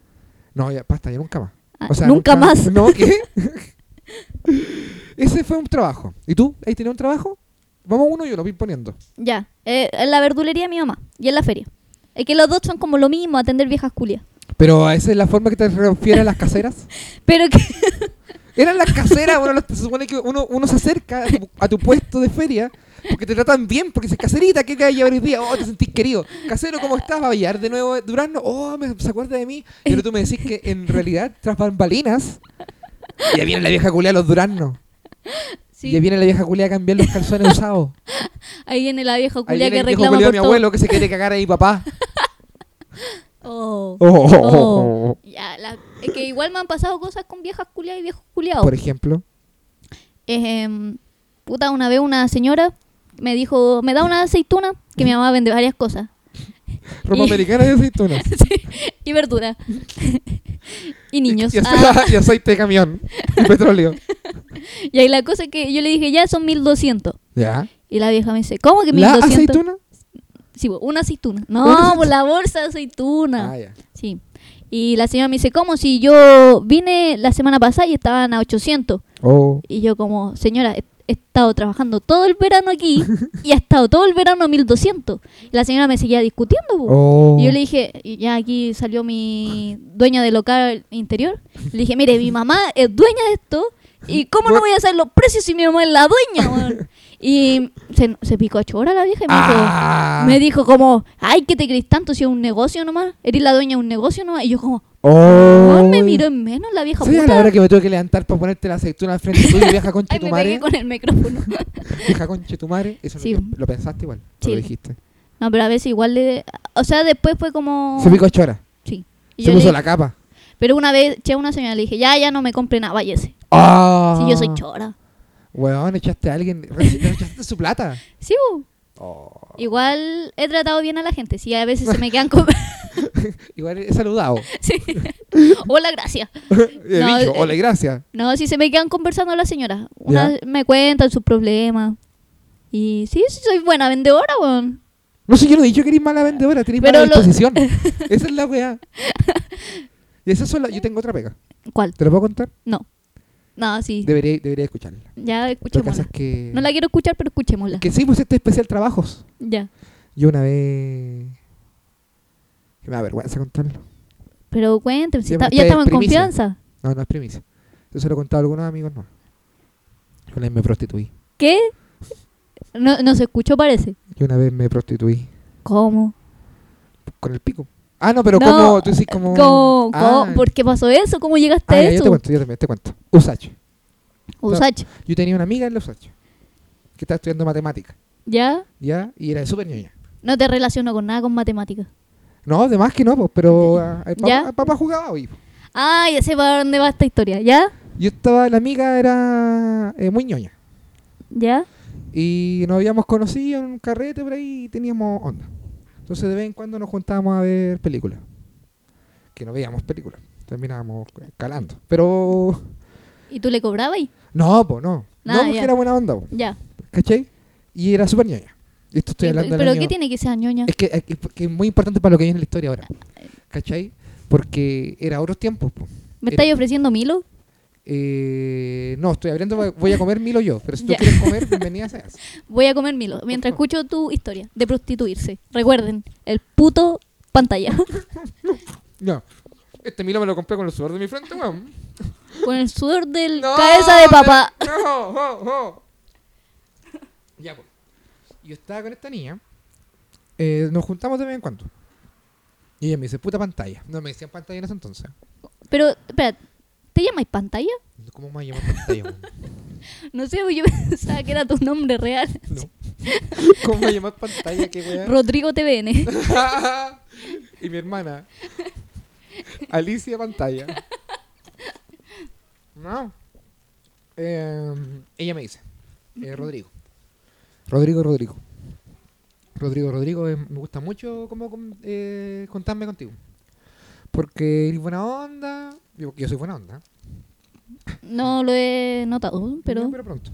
S3: No, ya, basta, ya nunca más.
S4: Ah,
S3: O sea,
S4: nunca, más.
S3: ¿No? ¿Qué? Ese fue un trabajo. ¿Y tú? ¿Ahí tenés un trabajo? Vamos uno y uno, voy poniendo.
S4: Ya, eh, en la verdulería de mi mamá y en la feria. Es que los dos son como lo mismo, atender viejas culias.
S3: Pero esa es la forma que te refieres a las caseras.
S4: Pero que
S3: Eran las caseras, bueno, se supone que uno, uno se acerca a tu, a tu puesto de feria porque te tratan bien, porque dices, caserita, ¿qué cae hoy día? Oh, te sentís querido. Casero, ¿cómo estás? ¿Va a llegar de nuevo Durano? Oh, me, se acuerda de mí. Y ahora tú me decís que en realidad, tras bambalinas, ya viene la vieja culia a los Duranos.
S4: Sí.
S3: Ya viene la vieja culia a cambiar los calzones usados.
S4: Ahí viene la vieja
S3: Ahí
S4: culia
S3: viene
S4: que
S3: el viejo
S4: reclama
S3: culiao de
S4: por
S3: mi
S4: todo.
S3: abuelo que se quiere cagar ahí, papá.
S4: Oh,
S3: Oh, oh, oh,
S4: oh.
S3: oh,
S4: Ya, la- es que igual me han pasado cosas con viejas culiadas y viejos
S3: oh.
S4: culiados.
S3: Por ejemplo.
S4: Ejem, puta, una vez una señora me dijo, me da una aceituna, que mi mamá vende varias cosas.
S3: Ropa
S4: Y-
S3: americana y aceitunas.
S4: y verdura. y niños.
S3: Y, ace-
S4: Ah,
S3: y aceite de camión. Y petróleo.
S4: y ahí la cosa es que yo le dije, ya son 1200.
S3: ¿Ya?
S4: Y la vieja me dice, ¿cómo que
S3: ¿La
S4: 1200?
S3: aceituna?
S4: Sí, bo- una aceituna.
S3: Una
S4: No,
S3: aceituna.
S4: por la bolsa de aceituna.
S3: Ah, ya.
S4: Sí. Y la señora me dice, ¿cómo? Si yo vine la semana pasada y estaban a 800.
S3: Oh.
S4: Y yo como, señora, he, he estado trabajando todo el verano aquí y ha estado todo el verano a 1200. Y la señora me seguía discutiendo. po.
S3: Oh.
S4: Y Uh. yo le dije, y ya aquí salió mi dueña de local interior. Le dije, mire, mi mamá es dueña de esto. ¿Y cómo no voy a saber los precios si mi mamá es la dueña? weón?". Y se, se picó a chora la vieja y me dijo,
S3: Ah.
S4: me dijo como, ay, ¿qué te crees tanto si es un negocio nomás? ¿Eres la dueña de un negocio nomás? Y yo como,
S3: Oh.
S4: "Weón, me miró en menos la vieja
S3: ¿Sabes
S4: puta.
S3: a la hora que me tuve que levantar para ponerte la aceituna al frente tuyo, vieja conche
S4: Ay,
S3: tu
S4: me pegué
S3: madre?
S4: con el micrófono.
S3: Vieja conche tu madre. Eso
S4: Sí.
S3: lo, lo pensaste igual.
S4: Sí.
S3: Lo dijiste.
S4: No, pero a veces igual le... O sea, después fue como...
S3: Se picó chora.
S4: Sí. Oh. Y
S3: Se
S4: yo le
S3: puso
S4: dije-
S3: la capa.
S4: Pero una vez, che, a una señora le dije, ya, ya no me compre nada, váyase.
S3: Ah.
S4: Si yo soy chora.
S3: Weón, echaste a alguien. Reci- le echaste su plata.
S4: Sí, bu.
S3: Oh.
S4: Igual he tratado bien a la gente, sí, a veces se me quedan con...
S3: Igual he saludado.
S4: sí. Hola, gracias.
S3: He
S4: No,
S3: dicho,
S4: eh,
S3: hola, y gracias.
S4: No, sí se me quedan conversando las señoras. Una me cuentan sus problemas. Y sí, sí, soy buena vendedora, weón.
S3: No sé, yo no he dicho que eres mala vendedora, tenés
S4: Pero
S3: mala
S4: lo-
S3: disposición. Esa es la weá. Y esa sola, yo tengo otra pega.
S4: ¿Cuál?
S3: ¿Te lo puedo contar?
S4: No. No, sí.
S3: Debería, debería escucharla. Lo
S4: Ya
S3: que pasa
S4: escuchémosla.
S3: es que.
S4: No la quiero escuchar, pero escuchémosla.
S3: Que sí, pues este especial trabajos.
S4: Ya.
S3: Yo una vez. Que me da vergüenza contarlo.
S4: Pero cuénteme, si
S3: Ya,
S4: está-
S3: pero esta
S4: ya
S3: es
S4: estamos en
S3: primicia.
S4: confianza.
S3: No, no es premisa. Yo se lo he contado a algunos amigos, no. Una vez me prostituí.
S4: ¿Qué? No, no se escuchó, parece.
S3: Yo una vez me prostituí.
S4: ¿Cómo?
S3: Con el pico. Ah, no, pero
S4: No, eh,
S3: ¿cómo? Tú dices como.
S4: ¿Cómo?
S3: Ah,
S4: ¿Cómo? ¿Por qué pasó eso? ¿Cómo llegaste
S3: ah,
S4: a
S3: ya, yo te
S4: eso? Oh,
S3: cuento, yo también te cuento. Usach.
S4: Usach,
S3: Yo tenía una amiga en la Usach. Que estaba estudiando matemáticas.
S4: ¿ya?
S3: ¿Ya? Y era súper ñoña.
S4: No te relaciono con nada con matemáticas.
S3: No, además que no, pues, pero ah, el papá,
S4: ¿Ya?
S3: el papá jugaba hoy. pues.
S4: Ah, ya sé para dónde va esta historia. ¿Ya?
S3: Yo estaba, la amiga era eh, muy ñoña.
S4: ¿Ya?
S3: Y nos habíamos conocido en un carrete por ahí y teníamos onda. Entonces de vez en cuando nos juntábamos a ver películas. Que no veíamos películas. Terminábamos calando. Pero...
S4: ¿Y tú le cobrabas ahí?
S3: No, pues no.
S4: Ah,
S3: no, porque
S4: ya.
S3: era buena onda, po,
S4: Ya.
S3: ¿cachai? Y era súper ñoña. Y Esto estoy
S4: ¿Y-
S3: hablando del
S4: ¿Pero
S3: año-
S4: qué tiene que ser ñoña?
S3: Es que, es que- porque es muy importante para lo que viene en la historia ahora. ¿Cachai? Porque era otros tiempos. po.
S4: ¿Me estáis ofreciendo Milo?
S3: Eh, no, estoy abriendo, voy a comer Milo yo, pero si tú
S4: Ya.
S3: quieres comer, bienvenida seas.
S4: Voy a comer Milo mientras escucho tu historia de prostituirse. Recuerden, el puto pantalla.
S3: No. Este Milo me lo compré con el sudor de mi frente, weón.
S4: con el sudor del
S3: No,
S4: cabeza de papá.
S3: te- No, no, no. Ya, pues. Yo estaba con esta niña. eh, nos juntamos de vez en cuando. Y ella me dice, puta pantalla. No me decían pantalla en ese entonces.
S4: Pero, espera, ¿te llamáis pantalla?
S3: ¿Cómo me llaman pantalla, weón?
S4: No sé, yo pensaba que era tu nombre real.
S3: No. ¿Cómo me llaman pantalla? Qué weón.
S4: Rodrigo TVN.
S3: y mi hermana. Alicia Pantalla. No. Eh, ella me dice. eh, Rodrigo. Rodrigo, Rodrigo. Rodrigo, Rodrigo, eh, me gusta mucho como con- eh, contarme contigo. Porque eres buena onda. Yo, yo soy buena onda.
S4: No lo he notado,
S3: No,
S4: pero
S3: pero pronto.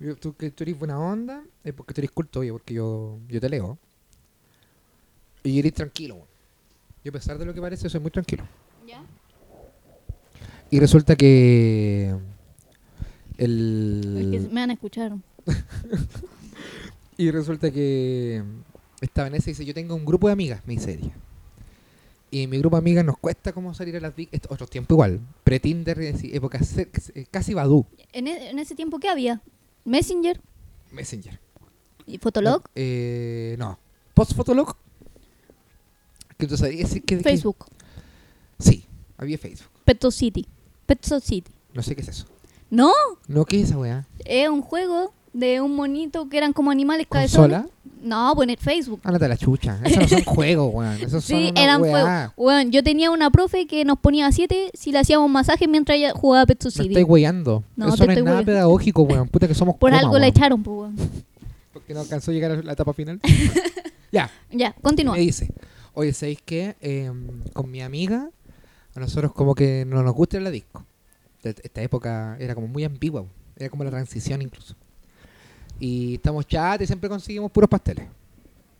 S3: Yo- tú, que tú eres buena onda, es porque tú eres culto, oye, porque yo, yo te leo. Y eres tranquilo, weón. Yo a pesar de lo que parece, soy muy tranquilo.
S4: Ya.
S3: Y resulta que...
S4: es que
S3: El...
S4: me van a escuchar.
S3: Y resulta que... Esta Vanessa dice, yo tengo un grupo de amigas, me dice ella. Y en mi grupo de amigas nos cuesta como salir a las big. esto- Otros tiempos igual. Pre-Tinder, es decir, época se- eh, casi Badu.
S4: En, e- en ese tiempo, ¿qué había? ¿Messenger?
S3: Messenger.
S4: ¿Y Fotolog?
S3: Eh, no. ¿Post-Fotolog? Que tú sabías decir que- que-
S4: Facebook.
S3: Sí, había Facebook.
S4: Petso City. Petso City.
S3: No sé qué es eso.
S4: No,
S3: No, ¿qué es esa weá?
S4: es un juego de un monito que eran como animales cabezones.
S3: ¿Consola?
S4: No, pues en el Facebook.
S3: Ándate a la chucha. Esos no son juegos, weón. Esos son
S4: Sí,
S3: una
S4: eran
S3: weá.
S4: juegos. Bueno, yo tenía una profe que nos ponía siete si le hacíamos masaje mientras ella jugaba Petso
S3: Me
S4: City.
S3: estáis weyando.
S4: No,
S3: Eso
S4: te
S3: no es
S4: estoy
S3: nada
S4: weyando.
S3: pedagógico, weón. Puta que somos
S4: Por
S3: coma,
S4: algo la
S3: weón.
S4: echaron, pues, weón.
S3: Porque no alcanzó a llegar a la etapa final. ya,
S4: Ya, continúa.
S3: me dice. Oye, ¿sabéis qué? Eh, con mi amiga, a nosotros como que no nos gusta ir a la disco. De- Esta época era como muy ambigua. weón. Era como la transición incluso. Y estamos chat y siempre conseguimos puros pasteles.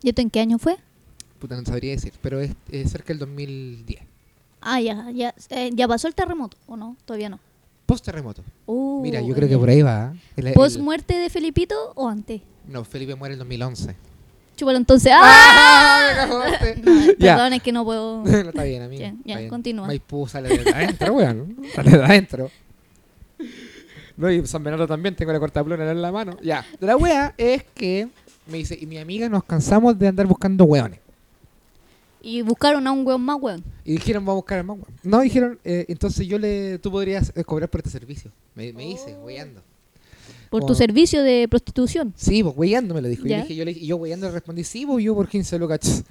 S4: ¿Y esto en qué año fue?
S3: Puta, no sabría decir. Pero es, es cerca del 2010.
S4: Ah, ya, ya, eh, ya pasó el terremoto, ¿o no? Todavía no.
S3: Post terremoto.
S4: Uh,
S3: Mira, yo creo que por ahí va. ¿eh? El- el-
S4: ¿Post muerte de Felipito o antes?
S3: no, Felipe muere en 2011.
S4: Chúpalo entonces. ¡Ah! No, eh,
S3: este! Ya.
S4: perdón, es que no puedo.
S3: No, está bien, amigo.
S4: Ya,
S3: está
S4: ya,
S3: bien.
S4: continúa.
S3: Maipú sale de adentro, weón. Sale de adentro. No, y San Bernardo también, tengo la corta pluma en la mano. Ya. La wea es que me dice, y mi amiga nos cansamos de andar buscando weones.
S4: Y buscaron a un weón más weón.
S3: Y dijeron, vamos a buscar al más weón. No, dijeron, eh, entonces yo le, tú podrías eh, cobrar por este servicio. Me, me dice,
S4: Oh.
S3: weyando.
S4: Por tu
S3: Como-
S4: servicio de prostitución.
S3: Sí, pues weyando me lo dijo. Yo
S4: Ya.
S3: le dije, yo, le, y yo weyando le respondí, sí, pues yo por 15 lucas ch,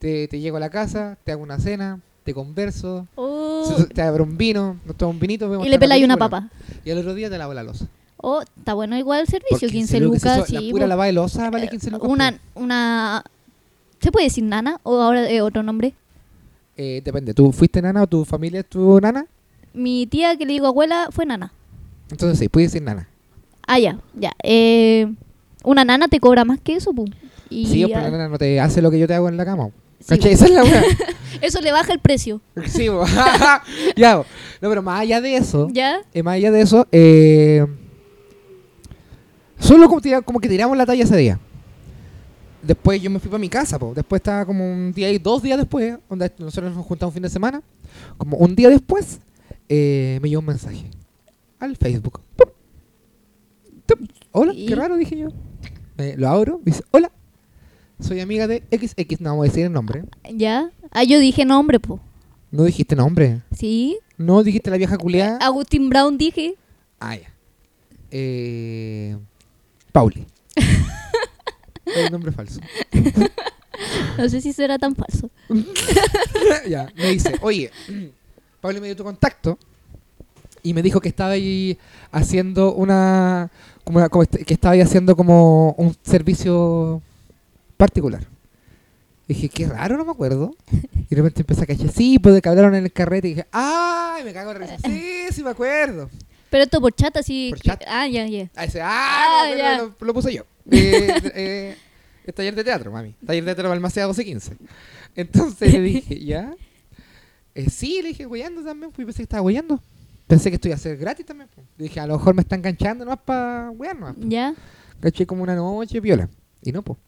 S3: te, te llego a la casa, te hago una cena, te converso,
S4: Oh,
S3: se- se- te abro un vino, nos tomamos un vinito, vemos
S4: y le
S3: otra
S4: peláis una
S3: película.
S4: papa.
S3: Y al otro día te lavo la losa.
S4: Oh, está bueno igual el
S3: Por
S4: servicio, 15
S3: eso,
S4: lucas.
S3: la
S4: Sí,
S3: pura
S4: po.
S3: lavada de losa vale 15 lucas. pues. po.
S4: una, una. ¿Se puede decir nana o ahora eh, otro nombre?
S3: Eh, depende, ¿tú fuiste nana o tu familia estuvo nana?
S4: Mi tía que le digo abuela fue nana.
S3: Entonces sí, puedes decir nana.
S4: Ah, ya, ya. Eh, una nana te cobra más que eso, pum. Y
S3: Sí, porque
S4: ah,
S3: la nana no te hace lo que yo te hago en la cama.
S4: sí, pues.
S3: ¿Cachai? Esa es la wea.
S4: Eso le baja el precio.
S3: sí, po. ya. po. No, pero más allá de eso,
S4: ¿Ya?
S3: eh, más allá de eso, eh, solo como, tira- como que tiramos la talla ese día. Después yo me fui para mi casa, po. después estaba como un día y dos días después, onda, nosotros nos juntamos un fin de semana, como un día después, eh, me llegó un mensaje al Facebook. Pum. Tup. Hola,
S4: ¿Y?
S3: qué raro, dije yo. Eh, lo abro, dice, hola, soy amiga de XX, no vamos a decir el nombre.
S4: ¿Ya? Ah, yo dije nombre, po.
S3: No dijiste nombre,
S4: Sí.
S3: no dijiste la vieja culiada.
S4: Agustín Brown dije.
S3: Ah, ya. Eh, Pauli. El nombre falso.
S4: No sé si será tan falso.
S3: ya, me dice, oye, Pauli me dio tu contacto y me dijo que estaba ahí haciendo una, como una- como este- que estaba ahí haciendo como un servicio particular. Dije, qué raro, no me acuerdo. Y de repente empecé a cachar, sí, pues de que hablaron en el carrete. Y dije, ¡ay! Me cago en la risa. Sí, sí, me acuerdo.
S4: Pero esto por chat, así.
S3: Por
S4: que-
S3: chat.
S4: Ah, ya, ya.
S3: Ah, ese, ah,
S4: Ah,
S3: no,
S4: ya.
S3: pero lo, lo puse yo. Eh, eh, es taller de teatro, mami. Taller de teatro Balmaceda 1215. Entonces le dije, ¿ya? Eh, sí, le dije, güeyando también. Pues pensé que estaba güeyando. Pensé que esto iba a ser gratis también. pues. Le dije, a lo mejor me están enganchando nomás para güeyar nomás.
S4: ¿Ya?
S3: Caché como una noche viola. Y no, pues.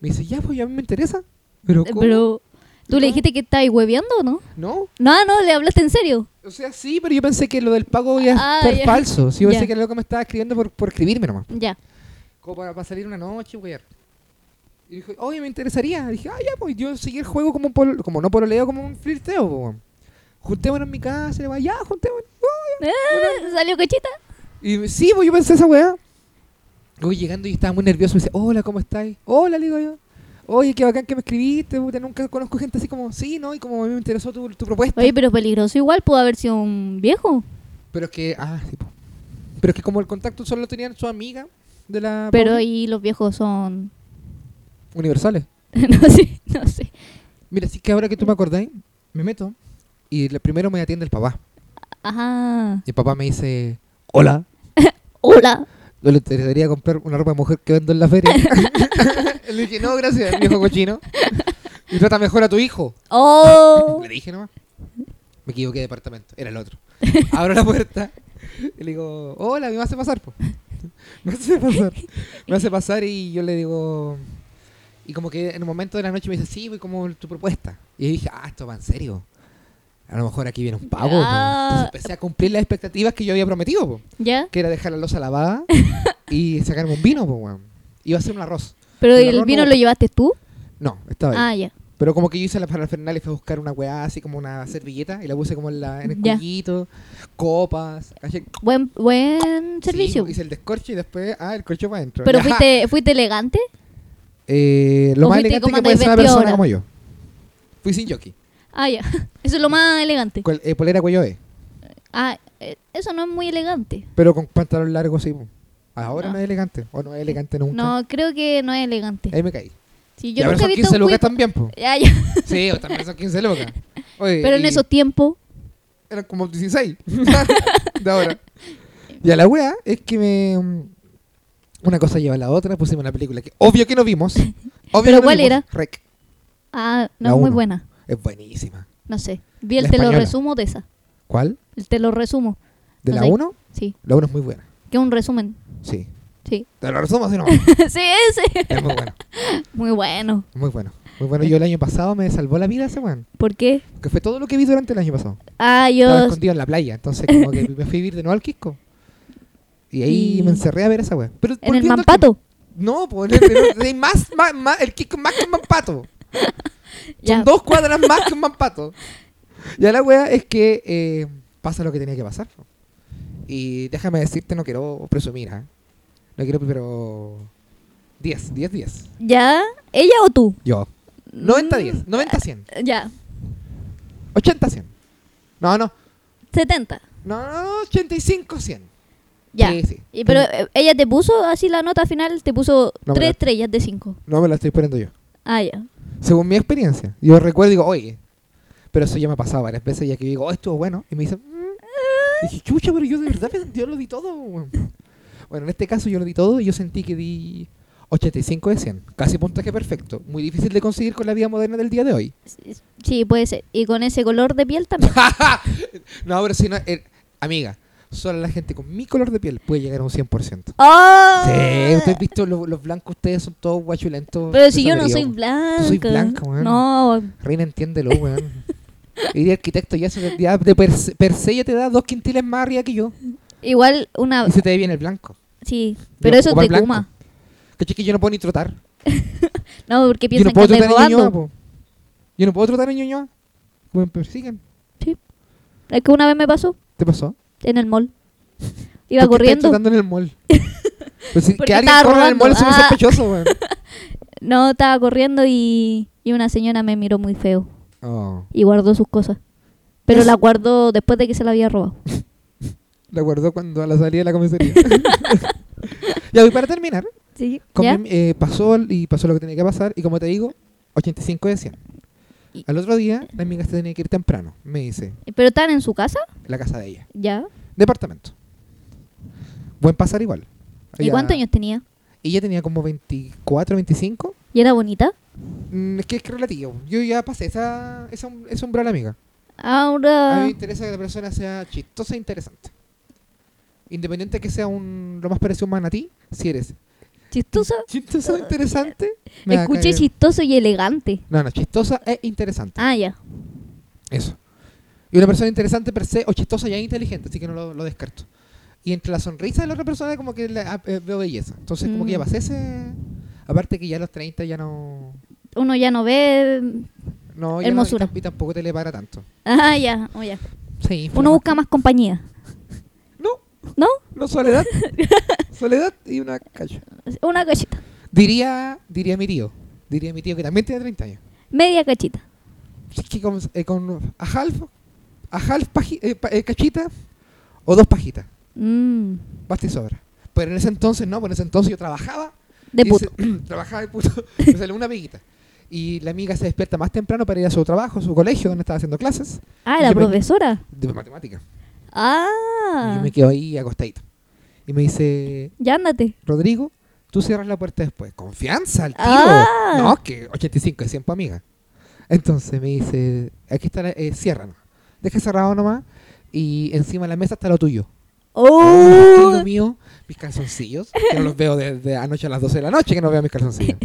S3: Me dice, ya, pues ya me interesa. Pero, ¿cómo?
S4: Eh, Pero. ¿Tú
S3: ¿Cómo?
S4: le dijiste que estabas hueveando o no?
S3: No.
S4: No, ah, no, le hablaste en serio.
S3: O sea, sí, pero yo pensé que lo del pago iba a
S4: Ah,
S3: ser
S4: ya.
S3: falso. Sí, yo pensé
S4: Ya.
S3: que era lo que me estaba escribiendo por, por escribirme nomás.
S4: Ya.
S3: como para, para salir una noche, weón. Y dijo, oye, me interesaría. Dije, ah, ya, pues yo seguí el juego como, un polo- como no pololeo, como un flirteo, pues, weón. Juntémonos en mi casa, le va, ya, juntémonos. oh, ya".
S4: Ah, ¿Salió cachita?
S3: Y me- sí, pues yo pensé esa weá. Voy llegando y estaba muy nervioso. Me dice, hola, ¿cómo estáis? Hola, le digo yo. Oye, qué bacán que me escribiste, puta, nunca conozco gente así como, sí, ¿no? Y como a mí me interesó tu, tu propuesta.
S4: Oye, pero peligroso igual, pudo haber sido un viejo.
S3: Pero es que, ah, sí, pues. Pero es que como el contacto solo lo tenían su amiga de la...
S4: Pero
S3: Pauli,
S4: y los viejos son.
S3: Universales.
S4: no sé, no sé.
S3: Mira, así que ahora que tú me acordáis, me meto y le- primero me atiende el papá.
S4: Ajá.
S3: Y el papá me dice, hola,
S4: Hola.
S3: ¿no le interesaría comprar una ropa de mujer que vendo en la feria? le dije, no, gracias, viejo cochino. Y trata mejor a tu hijo.
S4: Oh.
S3: Le dije nomás. Me equivoqué de departamento, era el otro. Abro la puerta y le digo, hola, me hace pasar, po. Me hace pasar. Me hace pasar y yo le digo... Y como que en un momento de la noche me dice, sí, voy como tu propuesta. Y yo dije, ah, esto va en serio. a lo mejor aquí viene un pago. po".
S4: Ah.
S3: Entonces empecé a cumplir las expectativas que yo había prometido, po,
S4: ¿Ya?
S3: que era dejar la losa lavada y sacarme un vino, po, weón. Iba a hacer un arroz.
S4: ¿Pero
S3: el
S4: el
S3: horno-
S4: vino lo llevaste tú?
S3: No, estaba ahí.
S4: Ah, ya.
S3: Pero como que yo hice la parafernalia y fui a buscar una weá así como una servilleta y la puse como en, la, en el
S4: Ya.
S3: cuellito, copas, ¿cachai?
S4: Buen, buen servicio.
S3: Sí, hice el descorche y después, ah, el corcho para adentro.
S4: ¿Pero
S3: Ya.
S4: fuiste, fuiste elegante?
S3: Eh,
S4: ¿O
S3: lo más
S4: fuiste
S3: elegante
S4: como
S3: que puede ser una
S4: andáis
S3: persona
S4: vestido
S3: como yo. Fui sin jockey.
S4: Ah, ya. Eso es lo más elegante.
S3: Col- eh, polera cuello E.
S4: Ah, eh, eso no es muy elegante.
S3: Pero con pantalón largo sí. po. Ahora
S4: No.
S3: no. es elegante. O no es elegante nunca.
S4: No, creo que no es elegante.
S3: Ahí me caí.
S4: Sí,
S3: Ya,
S4: yo
S3: pero
S4: nunca
S3: son
S4: he visto
S3: 15
S4: un
S3: lucas
S4: cuico-
S3: también, po.
S4: Ya, ya.
S3: Sí, o también son 15 lucas. Oye,
S4: Pero en
S3: y
S4: esos tiempos,
S3: Eran como 16. de ahora. Y a la weá es que me. mm, Una cosa lleva a la otra. Pusimos una película que obvio que no vimos. Obvio que no
S4: cuál
S3: vimos.
S4: era?
S3: Rec.
S4: ah, no
S3: La
S4: es muy
S3: uno.
S4: buena.
S3: Es buenísima.
S4: No sé. Vi el
S3: La
S4: te lo
S3: española.
S4: resumo de esa.
S3: ¿Cuál?
S4: El te lo resumo.
S3: ¿De
S4: No
S3: la
S4: sé.
S3: 1?
S4: Sí.
S3: La 1 es muy buena.
S4: Que es un resumen.
S3: Sí.
S4: Sí.
S3: Te lo resumo así no.
S4: sí, ese.
S3: Es muy bueno.
S4: Muy bueno.
S3: Muy bueno. Muy bueno. Yo el año pasado me salvó la vida ese weón.
S4: ¿Por qué?
S3: Que fue todo lo que vi durante el año pasado. Estaba
S4: Ah, yo.
S3: escondido en la playa. Entonces, como que me fui a vivir de nuevo al Quisco. Y ahí
S4: Y-
S3: me encerré a ver esa weá. Pero
S4: En el
S3: volviendo al
S4: mampato.
S3: Quisco- No, pues el- el- el- más, más, más- el Quisco es más que un mampato.
S4: Ya.
S3: Son dos cuadras más que un mampato. Ya la weá es que eh, pasa lo que tenía que pasar. po. Y déjame decirte, no quiero presumir, ¿ah? No quiero, pero. 10, 10, 10.
S4: ¿Ya? ¿Ella o tú?
S3: Yo. 90, 10.
S4: Mm, eh,
S3: 90, 100.
S4: Ya.
S3: 80, 100. No, no.
S4: 70.
S3: No, no, 85, 100.
S4: Ya.
S3: Sí, sí.
S4: Y, pero eh, ella te puso así la nota final, te puso
S3: No,
S4: tres
S3: mira.
S4: estrellas de cinco.
S3: No me la estoy poniendo yo.
S4: Ah, ya.
S3: Según mi experiencia. Yo recuerdo y digo, oye. Pero eso ya me ha pasado varias veces ya que digo, oh, estuvo bueno. Y me dicen, mm. dije, chucha, pero yo de verdad me- yo lo di todo. weón". Bueno, en este caso yo lo di todo y yo sentí que di 85 de 100. Casi puntaje perfecto. Muy difícil de conseguir con la vida moderna del día de hoy.
S4: Sí, puede ser. Y con ese color de piel también.
S3: no, pero si no, eh, amiga, solo la gente con mi color de piel puede llegar a un 100%.
S4: ¡Oh!
S3: Sí, ustedes han visto los, los blancos, ustedes son todos guachulentos.
S4: Pero si yo no
S3: desabrigados.
S4: soy blanca.
S3: Soy blanca, weón.
S4: No,
S3: Reina, entiéndelo, weón. y de arquitecto ya se te- ya de per, se- per se ya te da dos quintiles más arriba que yo.
S4: igual una.
S3: Y se te ve bien el blanco.
S4: Sí, Ah. pero eso es
S3: ocupo
S4: de
S3: el blanco.
S4: Kuma.
S3: ¿Cachai que yo no puedo ni trotar?
S4: No, porque
S3: Yo
S4: piensan
S3: no puedo
S4: que
S3: trotar
S4: andáis
S3: en Ñuñoa,
S4: robando.
S3: po. Yo no puedo trotar en Ñuñoa. Me persiguen.
S4: Es que una vez me pasó
S3: ¿Te pasó?
S4: en el mall. Iba
S3: ¿Por qué estás
S4: corriendo.
S3: trotando en el mall. Pues si-
S4: Porque
S3: que alguien
S4: estaba
S3: corra en el
S4: robando.
S3: mall es muy
S4: Ah.
S3: sospechoso, weón.
S4: No, estaba corriendo y, y una señora me miró muy feo
S3: Oh,
S4: y guardó sus cosas. Pero la guardó después de que se la había robado.
S3: la guardó cuando a la salida de la comisaría. ya, y para terminar,
S4: Sí,
S3: Con
S4: ¿ya?
S3: mi- eh, pasó el- y pasó lo que tenía que pasar y como te digo, 85 de 100.
S4: Y-
S3: Al otro día, la amiga se tenía que ir temprano, me dice,
S4: ¿Pero estaban en su casa?
S3: la casa de ella.
S4: Ya.
S3: Departamento. Buen pasar igual.
S4: ¿Y
S3: Ella-
S4: cuántos años tenía?
S3: Ella tenía como 24, 25.
S4: ¿Y era bonita?
S3: Mm, es que es que relativo. Yo ya pasé esa, esa, um- ese umbral, amiga. A mí
S4: Ahora...
S3: me interesa que la persona sea chistosa e interesante. Independiente que sea un, lo más parecido a un manatí, si eres
S4: ¿Chistosa?
S3: chistosa e interesante. me va a
S4: Escuché
S3: caer.
S4: chistoso y elegante.
S3: No, no, chistosa e interesante.
S4: Ah, ya.
S3: Eso. Y una persona interesante per se, o chistosa y inteligente, así que no lo, lo descarto. Y entre la sonrisa de la otra persona como que le- ah, eh, veo belleza. Entonces como que ya
S4: Mm.
S3: pasé ese... Aparte que ya a los 30 ya no...
S4: Uno ya no ve...
S3: No, ya
S4: Hermosura.
S3: No, y tamp- y tampoco te le para tanto.
S4: Ah, ya. oh, ya.
S3: Sí.
S4: Uno busca más compañía.
S3: No,
S4: ¿No?
S3: no, soledad. soledad y una calle.
S4: Una cachita.
S3: Diría, diría mi tío. Diría mi tío que también tiene 30 años.
S4: Media cachita.
S3: Sí, que con, eh, con a half, a half paji- eh, pa- eh, cachita o dos pajitas.
S4: Mm,
S3: Basta y sobra. Pero en ese entonces no, porque en ese entonces yo trabajaba
S4: De
S3: Y
S4: puto.
S3: se- trabajaba de puto. Me sale una amiguita. Y la amiga se despierta más temprano para ir a su trabajo, su colegio, donde estaba haciendo clases
S4: Ah, la
S3: yo me-
S4: profesora.
S3: de matemática. Y
S4: Ah.
S3: yo me quedo ahí acostadito. Y me dice,
S4: Ya ándate.
S3: Rodrigo, tú cierras la puerta después. Confianza al tío.
S4: Ah.
S3: No, que 85 es 100 pa' amiga. Entonces me dice, aquí está, la, eh, cierra nomás. Deja cerrado nomás. Y encima de la mesa está lo tuyo.
S4: ¡Oh!
S3: Dios mío, mis calzoncillos, que no los veo desde anoche a las 12 de la noche, que no veo mis calzoncillos.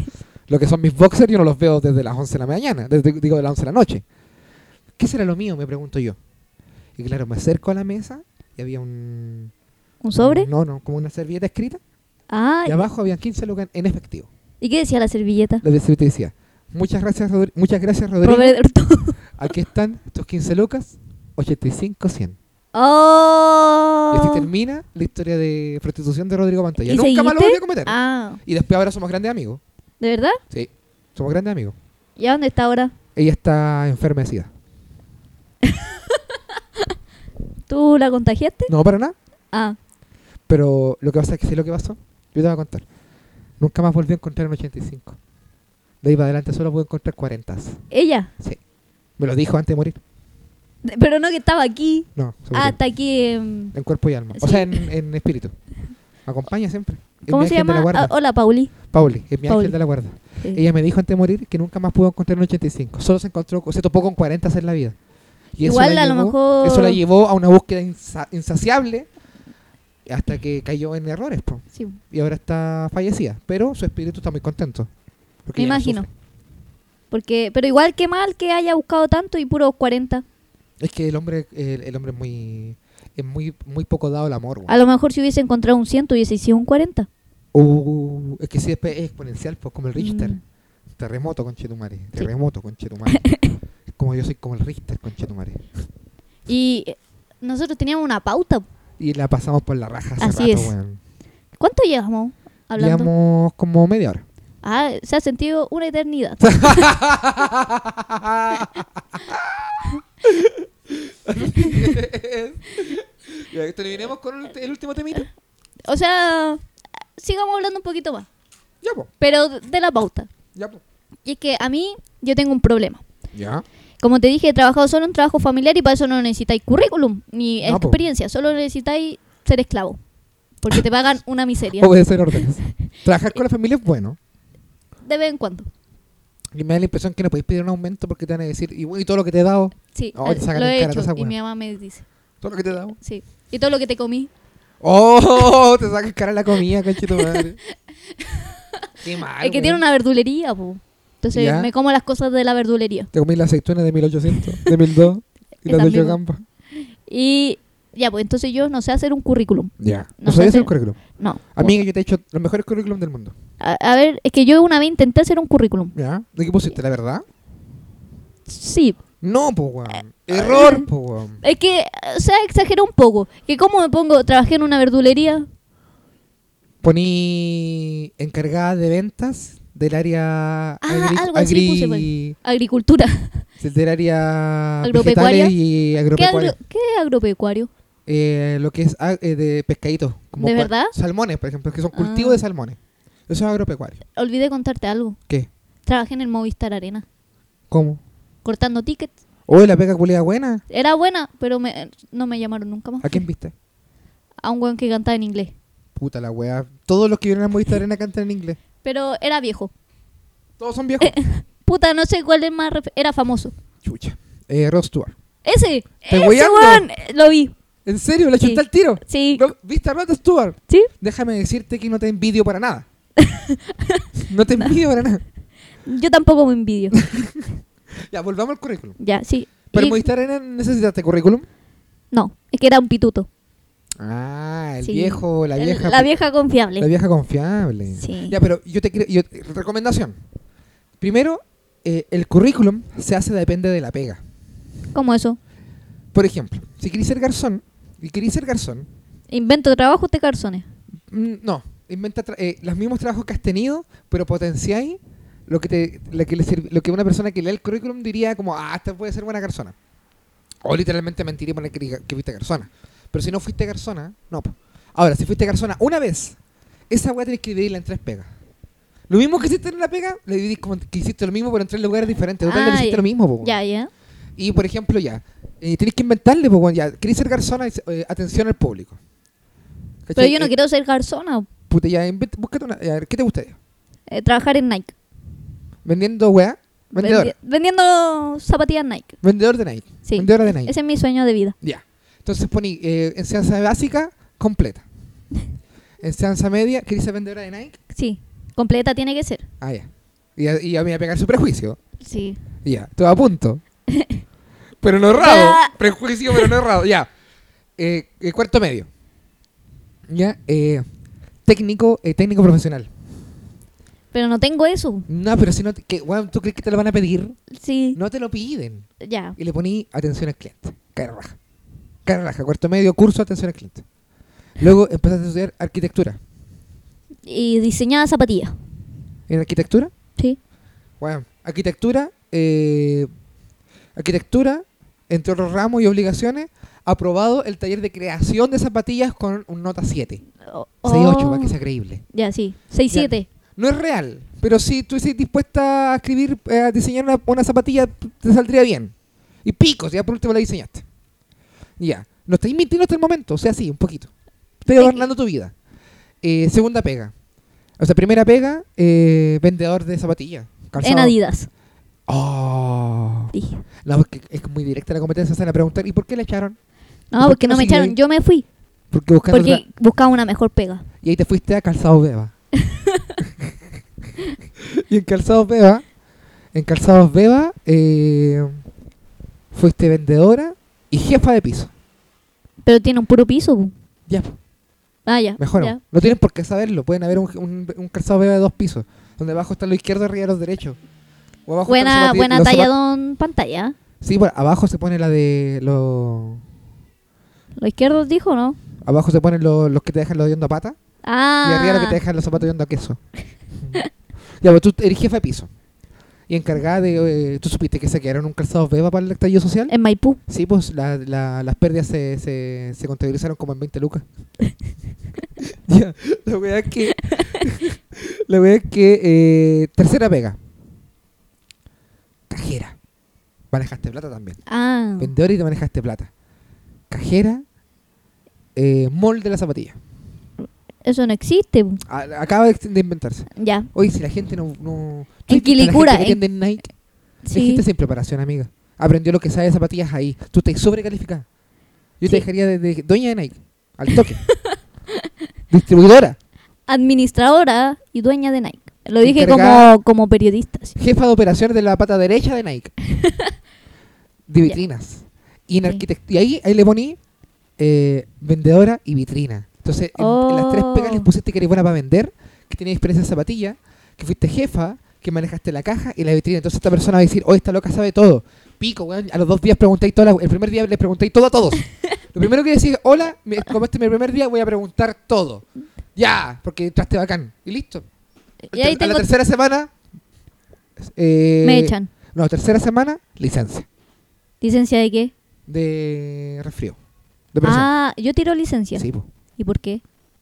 S3: Lo que son mis boxers, yo no los veo desde las 11 de la mañana, desde- digo, de las 11 de la noche. ¿Qué será lo mío? Me pregunto yo. Y claro, me acerco a la mesa y había un...
S4: ¿Un sobre?
S3: No, no, como una servilleta escrita.
S4: Ah,
S3: Y abajo habían 15 lucas en efectivo.
S4: ¿y qué decía la servilleta?
S3: La servilleta decía, muchas gracias, Rodri- muchas gracias Rodrigo.
S4: Roberto.
S3: Aquí están tus 15 lucas, 85, 100. Y así
S4: ¡Oh!
S3: termina la historia de prostitución de Rodrigo Pantalla.
S4: ¿Y
S3: Nunca más lo
S4: seguiste?
S3: volví a cometer.
S4: Ah,
S3: Y después ahora somos grandes amigos.
S4: ¿de verdad?
S3: Sí, somos grandes amigos.
S4: ¿Y a dónde está ahora?
S3: Ella está enferma de sida.
S4: ¿Tú la contagiaste?
S3: No, para nada.
S4: Ah,
S3: Pero lo que pasa es que sé lo que pasó. Yo te voy a contar. Nunca más volví a encontrar un 85. De ahí para adelante solo pude encontrar 40.
S4: ella.
S3: Sí. Me lo dijo antes de morir.
S4: De- Pero no que estaba aquí.
S3: No, se
S4: Ah,
S3: murió.
S4: está aquí. em,
S3: En cuerpo y alma. O
S4: Sí.
S3: sea, en, en espíritu. Me Acompaña siempre. Es
S4: ¿Cómo
S3: mi
S4: se
S3: ángel de
S4: llama?
S3: la guarda.
S4: Ah, hola, Pauli.
S3: Pauli, es mi
S4: Pauli.
S3: ángel de la guarda.
S4: Sí.
S3: Ella me dijo antes de morir que nunca más pudo encontrar un 85. Solo se encontró, se topó con 40 en la vida. Y eso
S4: Igual
S3: la
S4: a lo
S3: llevó-
S4: mejor-
S3: Eso la llevó a una búsqueda insa- insaciable hasta que cayó en errores, po.
S4: Sí.
S3: Y ahora está fallecida. Pero su espíritu está muy contento. porque
S4: Me
S3: ella no
S4: imagino.
S3: sufre.
S4: Porque, pero igual que mal que haya buscado tanto y puros 40.
S3: Es que el hombre, el, el hombre es muy, es muy, muy poco dado al amor. weón.
S4: A lo mejor si hubiese encontrado un 100 hubiese sido un 40.
S3: Uh, es que sí, es es exponencial, pues como el Richter.
S4: Mm.
S3: Terremoto con Chetumare. Terremoto con Chetumare. Es como yo soy como el Richter con Chetumare.
S4: Y eh, nosotros teníamos una pauta.
S3: Y la pasamos por la raja hace
S4: Así
S3: rato,
S4: es.
S3: weón.
S4: ¿Cuánto llevamos hablando?
S3: Llevamos como media hora.
S4: Ah, se ha sentido una eternidad.
S3: Ya, Terminemos con el último temita.
S4: O sea, sigamos hablando un poquito más.
S3: Ya, po.
S4: Pero de la pauta.
S3: Ya, po.
S4: Y es que a mí yo tengo un problema.
S3: Ya.
S4: Como te dije, he trabajado solo en trabajo familiar y para eso no necesitáis currículum ni
S3: No, po.
S4: experiencia. Solo necesitáis ser esclavo. Porque te pagan una miseria.
S3: Obedecer órdenes. Trabajar con la familia es bueno.
S4: De vez en cuando.
S3: Y me da la impresión que no podéis pedir un aumento porque te van a decir, y, bueno, y todo lo que te he dado,
S4: Sí,
S3: Oh,
S4: al-
S3: te sacan
S4: lo
S3: en
S4: he
S3: cara
S4: hecho.
S3: toda esa
S4: Y
S3: wea.
S4: mi mamá me dice,
S3: todo lo que te he dado.
S4: sí. Y todo lo que te comí.
S3: ¡Oh! te sacas cara la comida, cachito madre. Qué mal.
S4: es que
S3: weón.
S4: tiene una verdulería, po. Entonces
S3: Ya.
S4: me como las cosas de la verdulería.
S3: Te comí la aceituna de 1800, de 1200 y las
S4: Esas
S3: de ocho
S4: mismas.
S3: gambas.
S4: Y ya, pues entonces yo no sé hacer un currículum.
S3: Ya.
S4: No
S3: No
S4: sé
S3: sabía hacer
S4: hacer-
S3: un currículum.
S4: No.
S3: Amiga, yo te he hecho los mejores currículum del mundo.
S4: A, a ver, es que yo una vez intenté hacer un currículum.
S3: ¿Ya? ¿De qué pusiste? ¿La verdad?
S4: Sí.
S3: No, po, weón. Error, po, weón.
S4: Es que eh, se exageró un poco. Que cómo me pongo, trabajé en una verdulería.
S3: Poní encargada de ventas del área
S4: Ah,
S3: agri-
S4: algo así puse, pues.
S3: agri-
S4: Agricultura.
S3: del área
S4: Agropecuaria.
S3: Ah, vegetales y
S4: ¿Qué,
S3: agropecuaria.
S4: agro- qué es agropecuario?
S3: Eh, lo que es ah, eh, de pescaditos. Como
S4: ¿De
S3: cua-
S4: verdad?
S3: Salmones, por ejemplo, que son
S4: Ah.
S3: cultivos de salmones. Eso es agropecuario.
S4: Olvidé contarte algo.
S3: ¿Qué?
S4: Trabajé en el Movistar Arena.
S3: ¿Cómo?
S4: Cortando tickets.
S3: Oye, la pega culia buena.
S4: Era buena, pero me- no me llamaron nunca más.
S3: ¿A quién viste?
S4: A un weón que cantaba en inglés.
S3: Puta la wea. Todos los que vienen a Movistar Arena cantan en inglés.
S4: Pero era viejo.
S3: Todos son
S4: Eh.
S3: viejos.
S4: Puta, no sé cuál es más. ref- Era famoso.
S3: Chucha. Eh, Rod Stewart.
S4: Ese.
S3: ¿Estás
S4: Ese
S3: hueando?
S4: weón. eh, Lo vi.
S3: ¿En serio? ¿La
S4: Sí.
S3: chuta al tiro?
S4: Sí.
S3: ¿No? ¿Viste a Rod Stewart?
S4: Sí.
S3: Déjame decirte que no te envidio para nada. no te envidio para nada.
S4: Yo tampoco me envidio.
S3: Ya, volvamos al currículum.
S4: ya, sí.
S3: Pero
S4: Y-
S3: Movistar Arena necesitaste currículum.
S4: No, es que era un pituto.
S3: Ah, el
S4: Sí.
S3: viejo, la
S4: El-
S3: vieja.
S4: La vieja confiable.
S3: La vieja confiable.
S4: Sí.
S3: Ya, pero yo te quiero. yo- recomendación. Primero, eh, el currículum se hace depende de la pega.
S4: ¿Cómo eso?
S3: Por ejemplo, si querís ser garzón, y querís ser garzón,
S4: Invento trabajo, te calzones.
S3: mm, no, inventa tra- eh, los mismos trabajos que has tenido, pero potenciáis lo que, te, lo, que le sirvi- lo que una persona que lee el currículum diría como, ah, esta puede ser buena garzona. O literalmente mentiría y poner que, diga- que fuiste garzona. Pero si no fuiste garzona, no. po. Ahora, si fuiste garzona una vez, esa weá tenés que dividirla en tres pegas. Lo mismo que hiciste en una pega, le dividís como que hiciste lo mismo, pero en tres lugares diferentes. Total,
S4: Ah,
S3: hiciste
S4: ya.
S3: lo mismo, po, weón.
S4: Ya, ya.
S3: Y por ejemplo, ya, eh, tenés que inventarle, pues, ya, querés ser garzona, dice, eh, atención al público.
S4: Pero
S3: ¿Cachai?
S4: yo no
S3: Eh,
S4: quiero ser garzona. oh.
S3: Puta, ya, inventa- búscate una. ya, ¿Qué te gustaría?
S4: eh, trabajar en Nike.
S3: ¿Vendiendo weá? Vendedor.
S4: Vendi- vendiendo zapatillas Nike.
S3: Vendedor de Nike.
S4: Sí.
S3: Vendedora de Nike.
S4: Ese es mi sueño de vida.
S3: Ya. Entonces poní eh, enseñanza básica completa. enseñanza media, querés ser vendedora de Nike.
S4: Sí. Completa tiene que ser.
S3: Ah, ya. Y, ya- y ya me voy a pegar su prejuicio.
S4: Sí.
S3: Ya, todo a punto. pero no errado.
S4: Ya.
S3: Prejuicio, pero no errado. Ya. Eh, eh, cuarto medio. Ya. eh, técnico, eh, técnico profesional.
S4: Pero no tengo eso.
S3: No, pero si no, te- que, weón, ¿tú crees que te lo van a pedir?
S4: Sí,
S3: No te lo piden.
S4: ya.
S3: Y le poní atención al cliente. Cara raja. Cara raja. Cuarto medio, curso de atención al cliente. Luego empezaste a estudiar arquitectura.
S4: Y diseñaba zapatillas.
S3: ¿En arquitectura?
S4: Sí.
S3: Bueno, arquitectura, eh, arquitectura, entre otros ramos y obligaciones, aprobado el taller de creación de zapatillas con un nota 7.
S4: O-
S3: 6-8,
S4: oh,
S3: para que sea creíble.
S4: Ya, sí. 6-7.
S3: No es real, pero si tú estás dispuesta a escribir, eh, a diseñar una, una zapatilla, te saldría bien. Y picos, ya por último la diseñaste. Ya, no estáis mintiendo hasta el momento, o sea, sí, un poquito. Estoy
S4: Ay,
S3: adornando tu vida. Eh, segunda pega. O sea, primera pega, eh, vendedor de zapatillas.
S4: En
S3: calzado.
S4: Adidas.
S3: Oh.
S4: Dije.
S3: No, porque es muy directa la competencia. Se van a preguntar, ¿y por qué la echaron?
S4: No,
S3: ¿Por
S4: porque
S3: qué
S4: no
S3: no
S4: me
S3: siguió
S4: echaron.
S3: ahí?
S4: Yo me fui.
S3: Porque buscando
S4: Porque
S3: otra-
S4: buscaba una mejor pega.
S3: Y ahí te fuiste a Calzado Beba. y en Calzados Beba, en Calzados Beba, eh, fuiste vendedora y jefa de piso.
S4: Pero tiene un puro piso. bu.
S3: Ya, po,
S4: Ah, ya.
S3: mejor.
S4: ya.
S3: No tienen por qué saberlo. Pueden haber un, un, un Calzado Beba de dos pisos. Donde abajo están los izquierdos y arriba los derechos. O abajo están
S4: Buena,
S3: zapati-
S4: buena
S3: los
S4: talla,
S3: zapat-
S4: don pantalla.
S3: Sí, bueno, abajo se pone la de los...
S4: Lo izquierdo dijo, ¿no?
S3: Abajo se ponen los- los que te dejan los de a pata.
S4: Ah.
S3: Y arriba lo que te dejan los zapatos yendo a queso. ya, pues tú eres jefa de piso. Y encargada de... eh, ¿Tú supiste que se quedaron un calzado beba para el estallido social?
S4: En Maipú.
S3: Sí, pues la- la- las pérdidas se, se, se contabilizaron como en 20 lucas. ya, la verdad es que... la verdad es que... eh, tercera pega. Cajera. Manejaste plata también.
S4: Ah.
S3: Vendedor y te manejaste plata. Cajera. Eh, molde de la zapatilla.
S4: Eso no existe. bu.
S3: A- acaba de- de inventarse.
S4: Ya.
S3: Oye, si la gente no... no
S4: En
S3: ¿Tú viste la
S4: Quilicura,
S3: gente que
S4: en-
S3: tiende en Nike? La
S4: Sí.
S3: gente sin preparación, amiga. Aprendió lo que sabe de zapatillas ahí. Tú estás sobrecalificada. Yo
S4: Sí.
S3: te dejaría de, de dueña de Nike. Al toque. Distribuidora.
S4: Administradora y dueña de Nike. Lo dije
S3: Encargada-
S4: como, como periodista. sí.
S3: Jefa de operaciones de la pata derecha de Nike. de
S4: Ya.
S3: vitrinas. Y, en
S4: Sí.
S3: arquitect- y ahí, ahí le poní eh, vendedora y vitrina. Entonces, en- en, las tres pegas les
S4: Oh.
S3: pusiste que eres buena para vender, que tenías experiencia en zapatilla, que fuiste jefa, que manejaste la caja y la vitrina. Entonces, esta persona va a decir, oh, esta loca sabe todo. Pico, weón. A los dos días preguntáis todas las- El primer día les preguntáis todo a todos. Lo primero que decís, hola, mi- como este es mi primer día, voy a preguntar todo. Ya, porque entraste bacán. Y listo.
S4: Y
S3: Ter-
S4: ahí
S3: A
S4: tengo.
S3: la tercera semana. eh,
S4: Me echan.
S3: No, tercera semana, licencia.
S4: ¿Licencia de qué?
S3: De resfrío. De presión.
S4: Ah, yo tiro licencia.
S3: Sí, po.
S4: ¿Y por qué?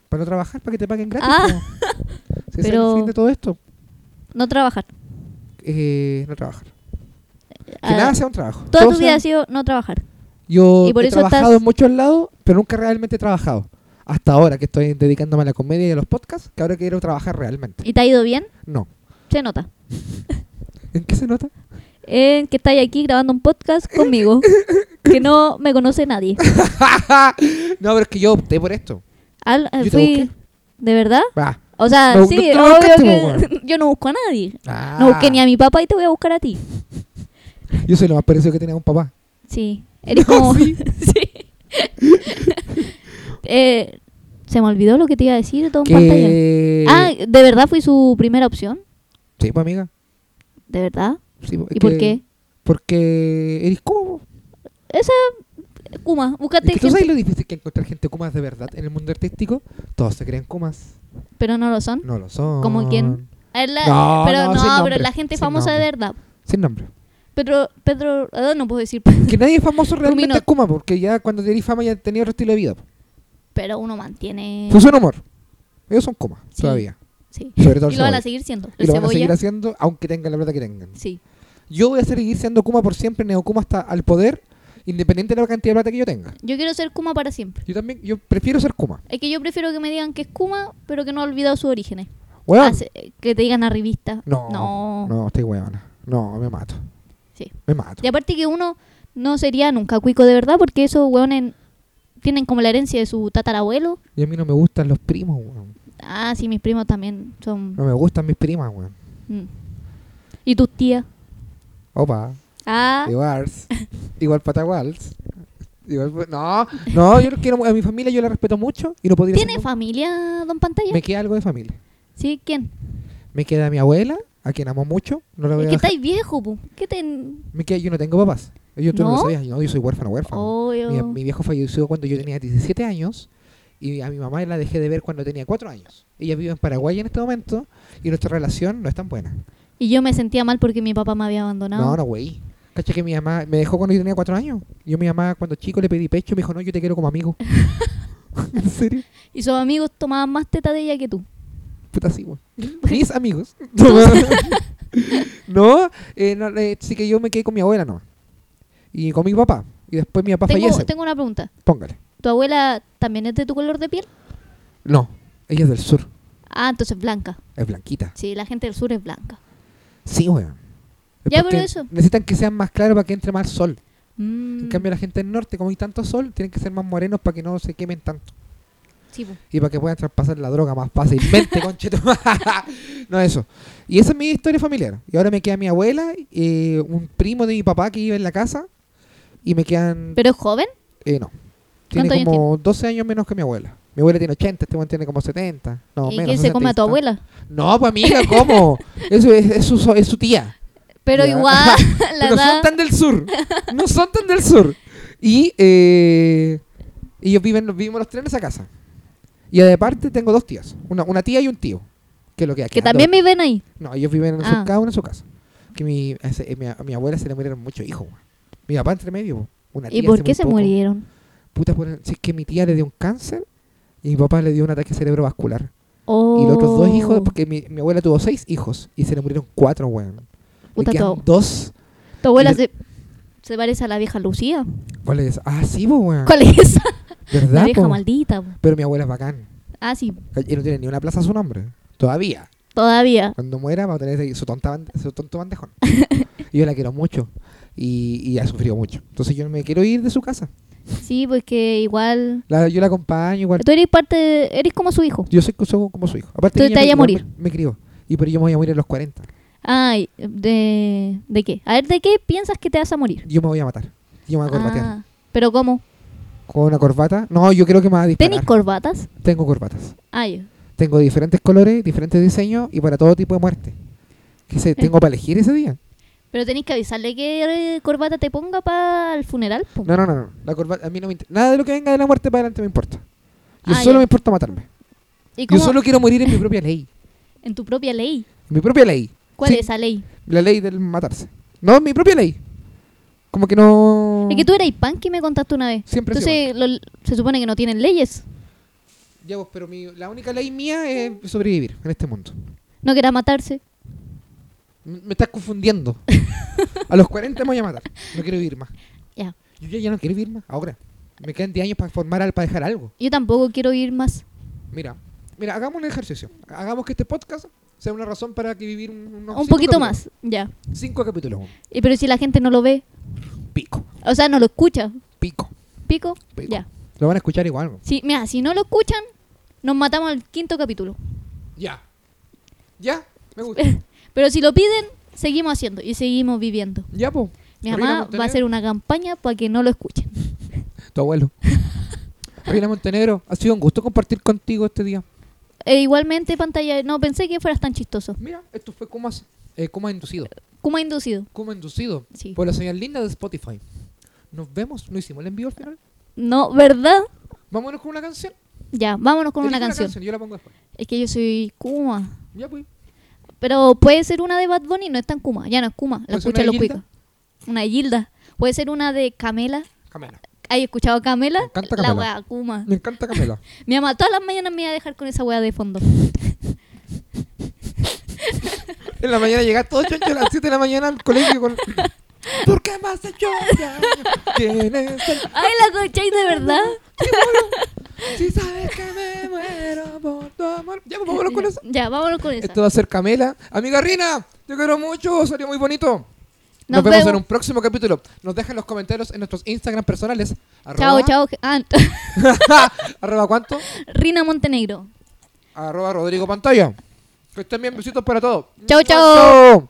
S3: Para no trabajar, para que te paguen gratis.
S4: Ah.
S3: po. Si ese es
S4: Pero-
S3: el fin de todo esto,
S4: No trabajar.
S3: eh, no trabajar. Que
S4: Ah,
S3: nada sea un trabajo.
S4: toda
S3: Todo
S4: tu vida
S3: sea-
S4: ha sido no trabajar.
S3: Yo
S4: y por
S3: he
S4: eso
S3: trabajado
S4: estás-
S3: en muchos lados, pero nunca realmente he trabajado. Hasta ahora que estoy dedicándome a la comedia y a los podcasts, que ahora quiero trabajar realmente.
S4: ¿Y te ha ido bien?
S3: No.
S4: Se nota.
S3: ¿En qué se nota?
S4: En que estáis aquí grabando un podcast conmigo. que no me conoce nadie.
S3: no, pero es que yo opté por esto.
S4: Al- eh,
S3: Yo te
S4: fui-
S3: busqué.
S4: ¿De verdad?
S3: Va.
S4: O sea,
S3: No,
S4: sí,
S3: no- tú no
S4: obvio
S3: buscaste,
S4: que
S3: po,
S4: yo no busco a nadie.
S3: Ah.
S4: No busqué ni a mi papá y te voy a buscar a ti.
S3: Yo soy lo más parecido que tenía un papá.
S4: Sí. Eres como.
S3: sí.
S4: Sí. Eh, se me olvidó lo que te iba a decir, don pantalla.
S3: Que...
S4: Ah, ¿de verdad fui su primera opción?
S3: Sí, pues amiga.
S4: ¿De verdad?
S3: Sí, pues, es
S4: ¿Y por
S3: que-
S4: qué?
S3: Porque eres como.
S4: Esa. Kuma,
S3: Es
S4: búscate
S3: que ¿Tú
S4: gente-
S3: sabes lo difícil que encontrar gente Kumas de verdad en el mundo artístico? Todos se creen Kumas.
S4: Pero no lo son.
S3: No lo son.
S4: ¿Cómo quién? Es la-
S3: No,
S4: pero
S3: no,
S4: no,
S3: sin nombre,
S4: pero la gente
S3: sin
S4: famosa de
S3: nombre.
S4: verdad.
S3: Sin nombre.
S4: Pedro, Pedro, ah, no puedo decir,
S3: Que nadie es famoso realmente
S4: Ruminot.
S3: es Kuma, porque ya cuando tenés fama ya tenía otro estilo de vida.
S4: pero uno mantiene.
S3: Fusión humor. Ellos son Kumas
S4: Sí.
S3: todavía.
S4: Sí.
S3: Sobre todo el
S4: Y lo van a
S3: cebolla.
S4: seguir siendo.
S3: Y
S4: El
S3: lo van a seguir
S4: cebolla.
S3: haciendo, aunque tengan la plata que tengan.
S4: Sí.
S3: Yo voy a seguir siendo Kuma por siempre, Neo Kuma hasta al poder, independiente de la cantidad de plata que yo tenga.
S4: Yo quiero ser Kuma para siempre.
S3: Yo también, yo prefiero ser Kuma.
S4: Es que yo prefiero que me digan que es Kuma, pero que no ha olvidado sus orígenes.
S3: Weón.
S4: Ah, se- que te digan a revista.
S3: No,
S4: No.
S3: no. estoy huevona. No, me mato.
S4: Sí.
S3: Me mato.
S4: Y aparte que uno no sería nunca cuico de verdad, porque esos weones tienen como la herencia de su tatarabuelo.
S3: Y a mí no me gustan los primos, weón.
S4: Ah, sí, mis primos también son.
S3: No me gustan mis primas, weón.
S4: Mm. Y tus tías.
S3: Opa.
S4: Ah,
S3: Iguals. Igual Pataguals. Igual, no, no, yo quiero a mi familia, yo la respeto mucho y no podría
S4: ¿tiene familia, don Pantalla?
S3: Me queda algo de familia.
S4: Sí, ¿quién?
S3: Me queda mi abuela, a quien amo mucho. No la voy
S4: Es
S3: a
S4: que
S3: dejar.
S4: estáis viejo, pu. ¿Qué ten...?
S3: Me queda, yo no tengo papás. Yo, tú no, lo
S4: ¿No?
S3: sabías, no, yo soy huérfano, huérfano.
S4: Obvio.
S3: Mi, mi viejo falleció cuando yo tenía 17 años y a mi mamá la dejé de ver cuando tenía 4 años. Ella vive en Paraguay en este momento y nuestra relación no es tan buena.
S4: Y yo me sentía mal porque mi papá me había abandonado.
S3: No, no, güey. Cacha que mi mamá me dejó cuando yo tenía 4 años. Yo a mi mamá cuando chico le pedí pecho y me dijo, no, yo te quiero como amigo. ¿En serio?
S4: Y sus amigos tomaban más teta de ella que tú.
S3: Puta, sí, güey. Mis amigos. no, eh, no, eh, sí que yo me quedé con mi abuela, no. Y con mi papá. Y después mi papá
S4: Tengo,
S3: fallece.
S4: tengo una pregunta.
S3: Póngale.
S4: ¿Tu abuela también es de tu color de piel?
S3: No, ella es del sur.
S4: Ah, entonces blanca.
S3: Es blanquita.
S4: Sí, la gente del sur es blanca.
S3: Sí, weón. Es
S4: Ya,
S3: porque
S4: pero eso.
S3: Necesitan que sean más claros para que entre más sol.
S4: Mm,
S3: En cambio, la gente del norte, como hay tanto sol, tienen que ser más morenos para que no se quemen tanto.
S4: sí, pu.
S3: Y para que puedan traspasar la droga más fácilmente, concheto. no, eso. Y esa es mi historia familiar. Y ahora me queda mi abuela, eh, un primo de mi papá que vive en la casa. Y me quedan.
S4: ¿Pero es joven?
S3: eh, no. Tiene
S4: ¿Cuántos años
S3: como 12 años menos que mi abuela. Mi abuela tiene 80, este buen tiene como 70. No,
S4: ¿Y
S3: menos,
S4: quién se
S3: 60
S4: come a
S3: está.
S4: tu abuela?
S3: No, pues amiga, ¿cómo? Eso es, es su, es su tía.
S4: Pero
S3: Ya.
S4: igual, la
S3: Pero
S4: edad...
S3: son tan del sur. No son tan del sur. Y eh, ellos viven, vivimos los tres en esa casa. Y aparte tengo dos tías. Una, una tía y un tío. Que es lo que
S4: Que también
S3: me...
S4: viven ahí.
S3: No, ellos viven en su-
S4: Ah.
S3: cada uno en su casa. Que mi, a ese- eh, mi, a mi abuela se le murieron muchos hijos. weón. Mi papá entre medio. po. Una
S4: ¿Y
S3: tía
S4: por
S3: hace
S4: qué
S3: muy
S4: se
S3: poco.
S4: murieron?
S3: Puta, por- si es que mi tía le dio un cáncer y mi papá le dio un ataque cerebrovascular.
S4: Oh.
S3: Y los otros dos hijos, porque mi, mi abuela tuvo seis hijos y se le murieron cuatro, weón. Le
S4: Puta,
S3: quedan
S4: tu-
S3: dos.
S4: Tu abuela
S3: y-
S4: se, se parece a la vieja Lucía.
S3: ¿Cuál es? Ah, sí, po, weón.
S4: ¿Cuál es esa? La
S3: ¿Verdad?
S4: vieja
S3: po?
S4: maldita. po.
S3: Pero mi abuela es bacán.
S4: Ah, sí,
S3: Y no tiene ni una plaza a su nombre. Todavía.
S4: todavía.
S3: Cuando muera va a tener ahí su, tonta band- su tonto bandejón. y yo la quiero mucho. Y, y ha sufrido mucho. Entonces yo no me quiero ir de su casa.
S4: Sí, pues que igual.
S3: La- yo la acompaño igual.
S4: Tú eres parte. de- eres como su hijo.
S3: Yo soy co- soy como su hijo. Aparte
S4: Tú
S3: ella
S4: te
S3: me-
S4: vayas a
S3: igual
S4: morir.
S3: Me, me crió. Y pero yo me voy a morir a los 40.
S4: Ay, de, ¿de qué? A ver, ¿de qué piensas que te vas a morir?
S3: Yo me voy a matar. Yo me voy a corbatear.
S4: Ah, ¿Pero cómo?
S3: Con una corbata. No, yo creo que me va a disparar.
S4: ¿Tenis corbatas?
S3: Tengo corbatas.
S4: Ay,
S3: Tengo diferentes colores, diferentes diseños y para todo tipo de muerte. Que sé, tengo para elegir ese día.
S4: pero tenés que avisarle que eh, corbata te ponga para el funeral. po.
S3: No, no, no, no. La corbata, a mí no me inter- Nada de lo que venga de la muerte para adelante me importa. Yo
S4: Ah,
S3: solo
S4: ya.
S3: me importa matarme.
S4: ¿Y
S3: Yo
S4: cómo-
S3: solo quiero morir en mi propia ley.
S4: En tu propia ley.
S3: En mi propia ley.
S4: ¿Cuál
S3: Sí,
S4: es esa ley?
S3: La ley del matarse. No, en mi propia ley. Como que no.
S4: Es que tú eras punk y me contaste una vez.
S3: Siempre he
S4: Entonces, lo- se supone que no tienen leyes.
S3: Ya vos, pero mi- la única ley mía es sobrevivir en este mundo.
S4: No querás matarse.
S3: M- Me estás confundiendo. a los 40 me voy a matar. No quiero vivir más.
S4: Ya.
S3: Yo ya, ya no quiero vivir más. Ahora. Me quedan 10 años para formar, al- para dejar algo.
S4: Yo tampoco quiero ir más.
S3: Mira, mira, hagamos un ejercicio. Hagamos que este podcast sea una razón para que vivir un, unos
S4: Un
S3: cinco
S4: poquito
S3: capítulos.
S4: más, ya.
S3: Cinco capítulos.
S4: Y pero si la gente no lo ve,
S3: Pico,
S4: o sea, no lo escucha,
S3: pico.
S4: pico,
S3: Pico.
S4: ya.
S3: Lo van a escuchar igual. weón.
S4: Si, mira, si no lo escuchan, nos matamos al quinto capítulo.
S3: Ya. Ya, me gusta.
S4: Pero si lo piden, seguimos haciendo y seguimos viviendo.
S3: ya, po.
S4: Mi
S3: Gabriela
S4: mamá va a
S3: Montenegro.
S4: hacer una campaña para que no lo escuchen.
S3: Tu abuelo. Gabriela Montenegro, ha sido un gusto compartir contigo este día.
S4: E igualmente, pantalla, no pensé que fueras tan chistoso.
S3: Mira, esto fue como eh, Coma inducido.
S4: ¿Cómo ha inducido?
S3: Coma inducido.
S4: Sí.
S3: Por la señal linda de Spotify. Nos vemos. ¿No hicimos el envío al final?
S4: No, ¿verdad?
S3: Vámonos con una canción.
S4: Ya, vámonos con una
S3: Elige
S4: canción.
S3: Yo la pongo después.
S4: Es que yo soy Kuma.
S3: Ya, pues.
S4: Pero puede ser una de Bad Bunny, no es tan Kuma. Ya no es Kuma, la
S3: ¿Puede ser una
S4: escuchan
S3: de
S4: los
S3: Gilda?
S4: cuicos. Una de Gilda. Puede ser una de Camela.
S3: Camela.
S4: ¿Hay escuchado a Camela?
S3: Me encanta
S4: La
S3: Camela.
S4: wea Kuma.
S3: Me encanta Camela.
S4: Mi mamá todas las mañanas me iba a dejar con esa wea de fondo.
S3: En la mañana llegas todo choncho a las 7 de la mañana al colegio con... ¿Por qué más hecho? ¿Quién es el
S4: Ay, la cocháis de verdad.
S3: Si sabes que me muero por tu amor. Ya, pues, vámonos con eso.
S4: Ya, vámonos con esa.
S3: Esto va a ser Camela. Amiga Rina, te quiero mucho. Salió muy bonito. Nos,
S4: Nos
S3: vemos,
S4: vemos.
S3: en un próximo capítulo. Nos dejan los comentarios en nuestros Instagram personales.
S4: Chao,
S3: Arroba-
S4: chao. Ah,
S3: arroba cuánto?
S4: Rina Montenegro.
S3: Arroba Rodrigo Pantalla. Que estén bien. Besitos para todos.
S4: Chao, chao.
S3: Chao.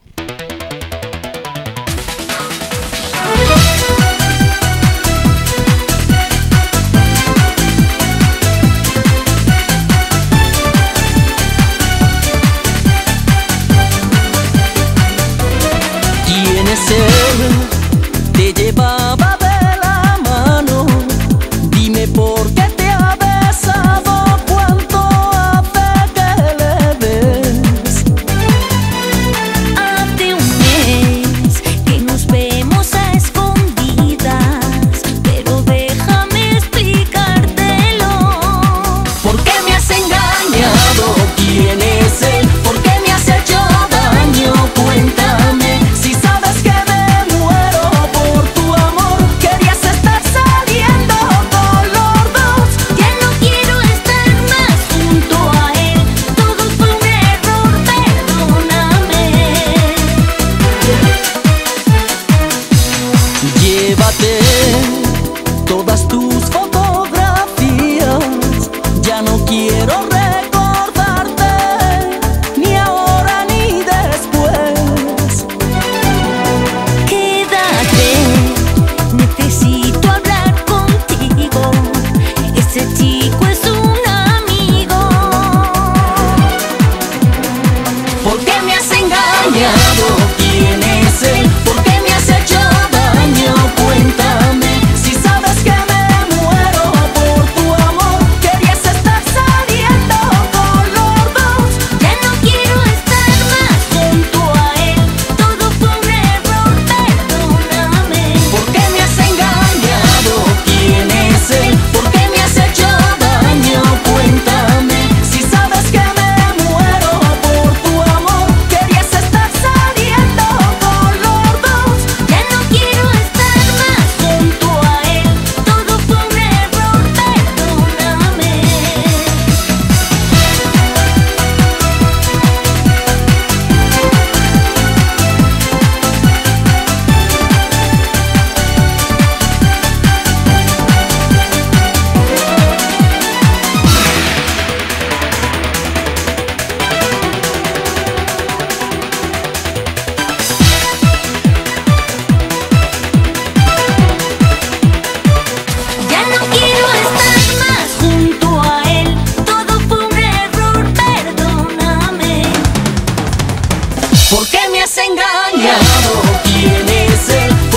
S5: ¿Por qué me has engañado? ¿Quién es el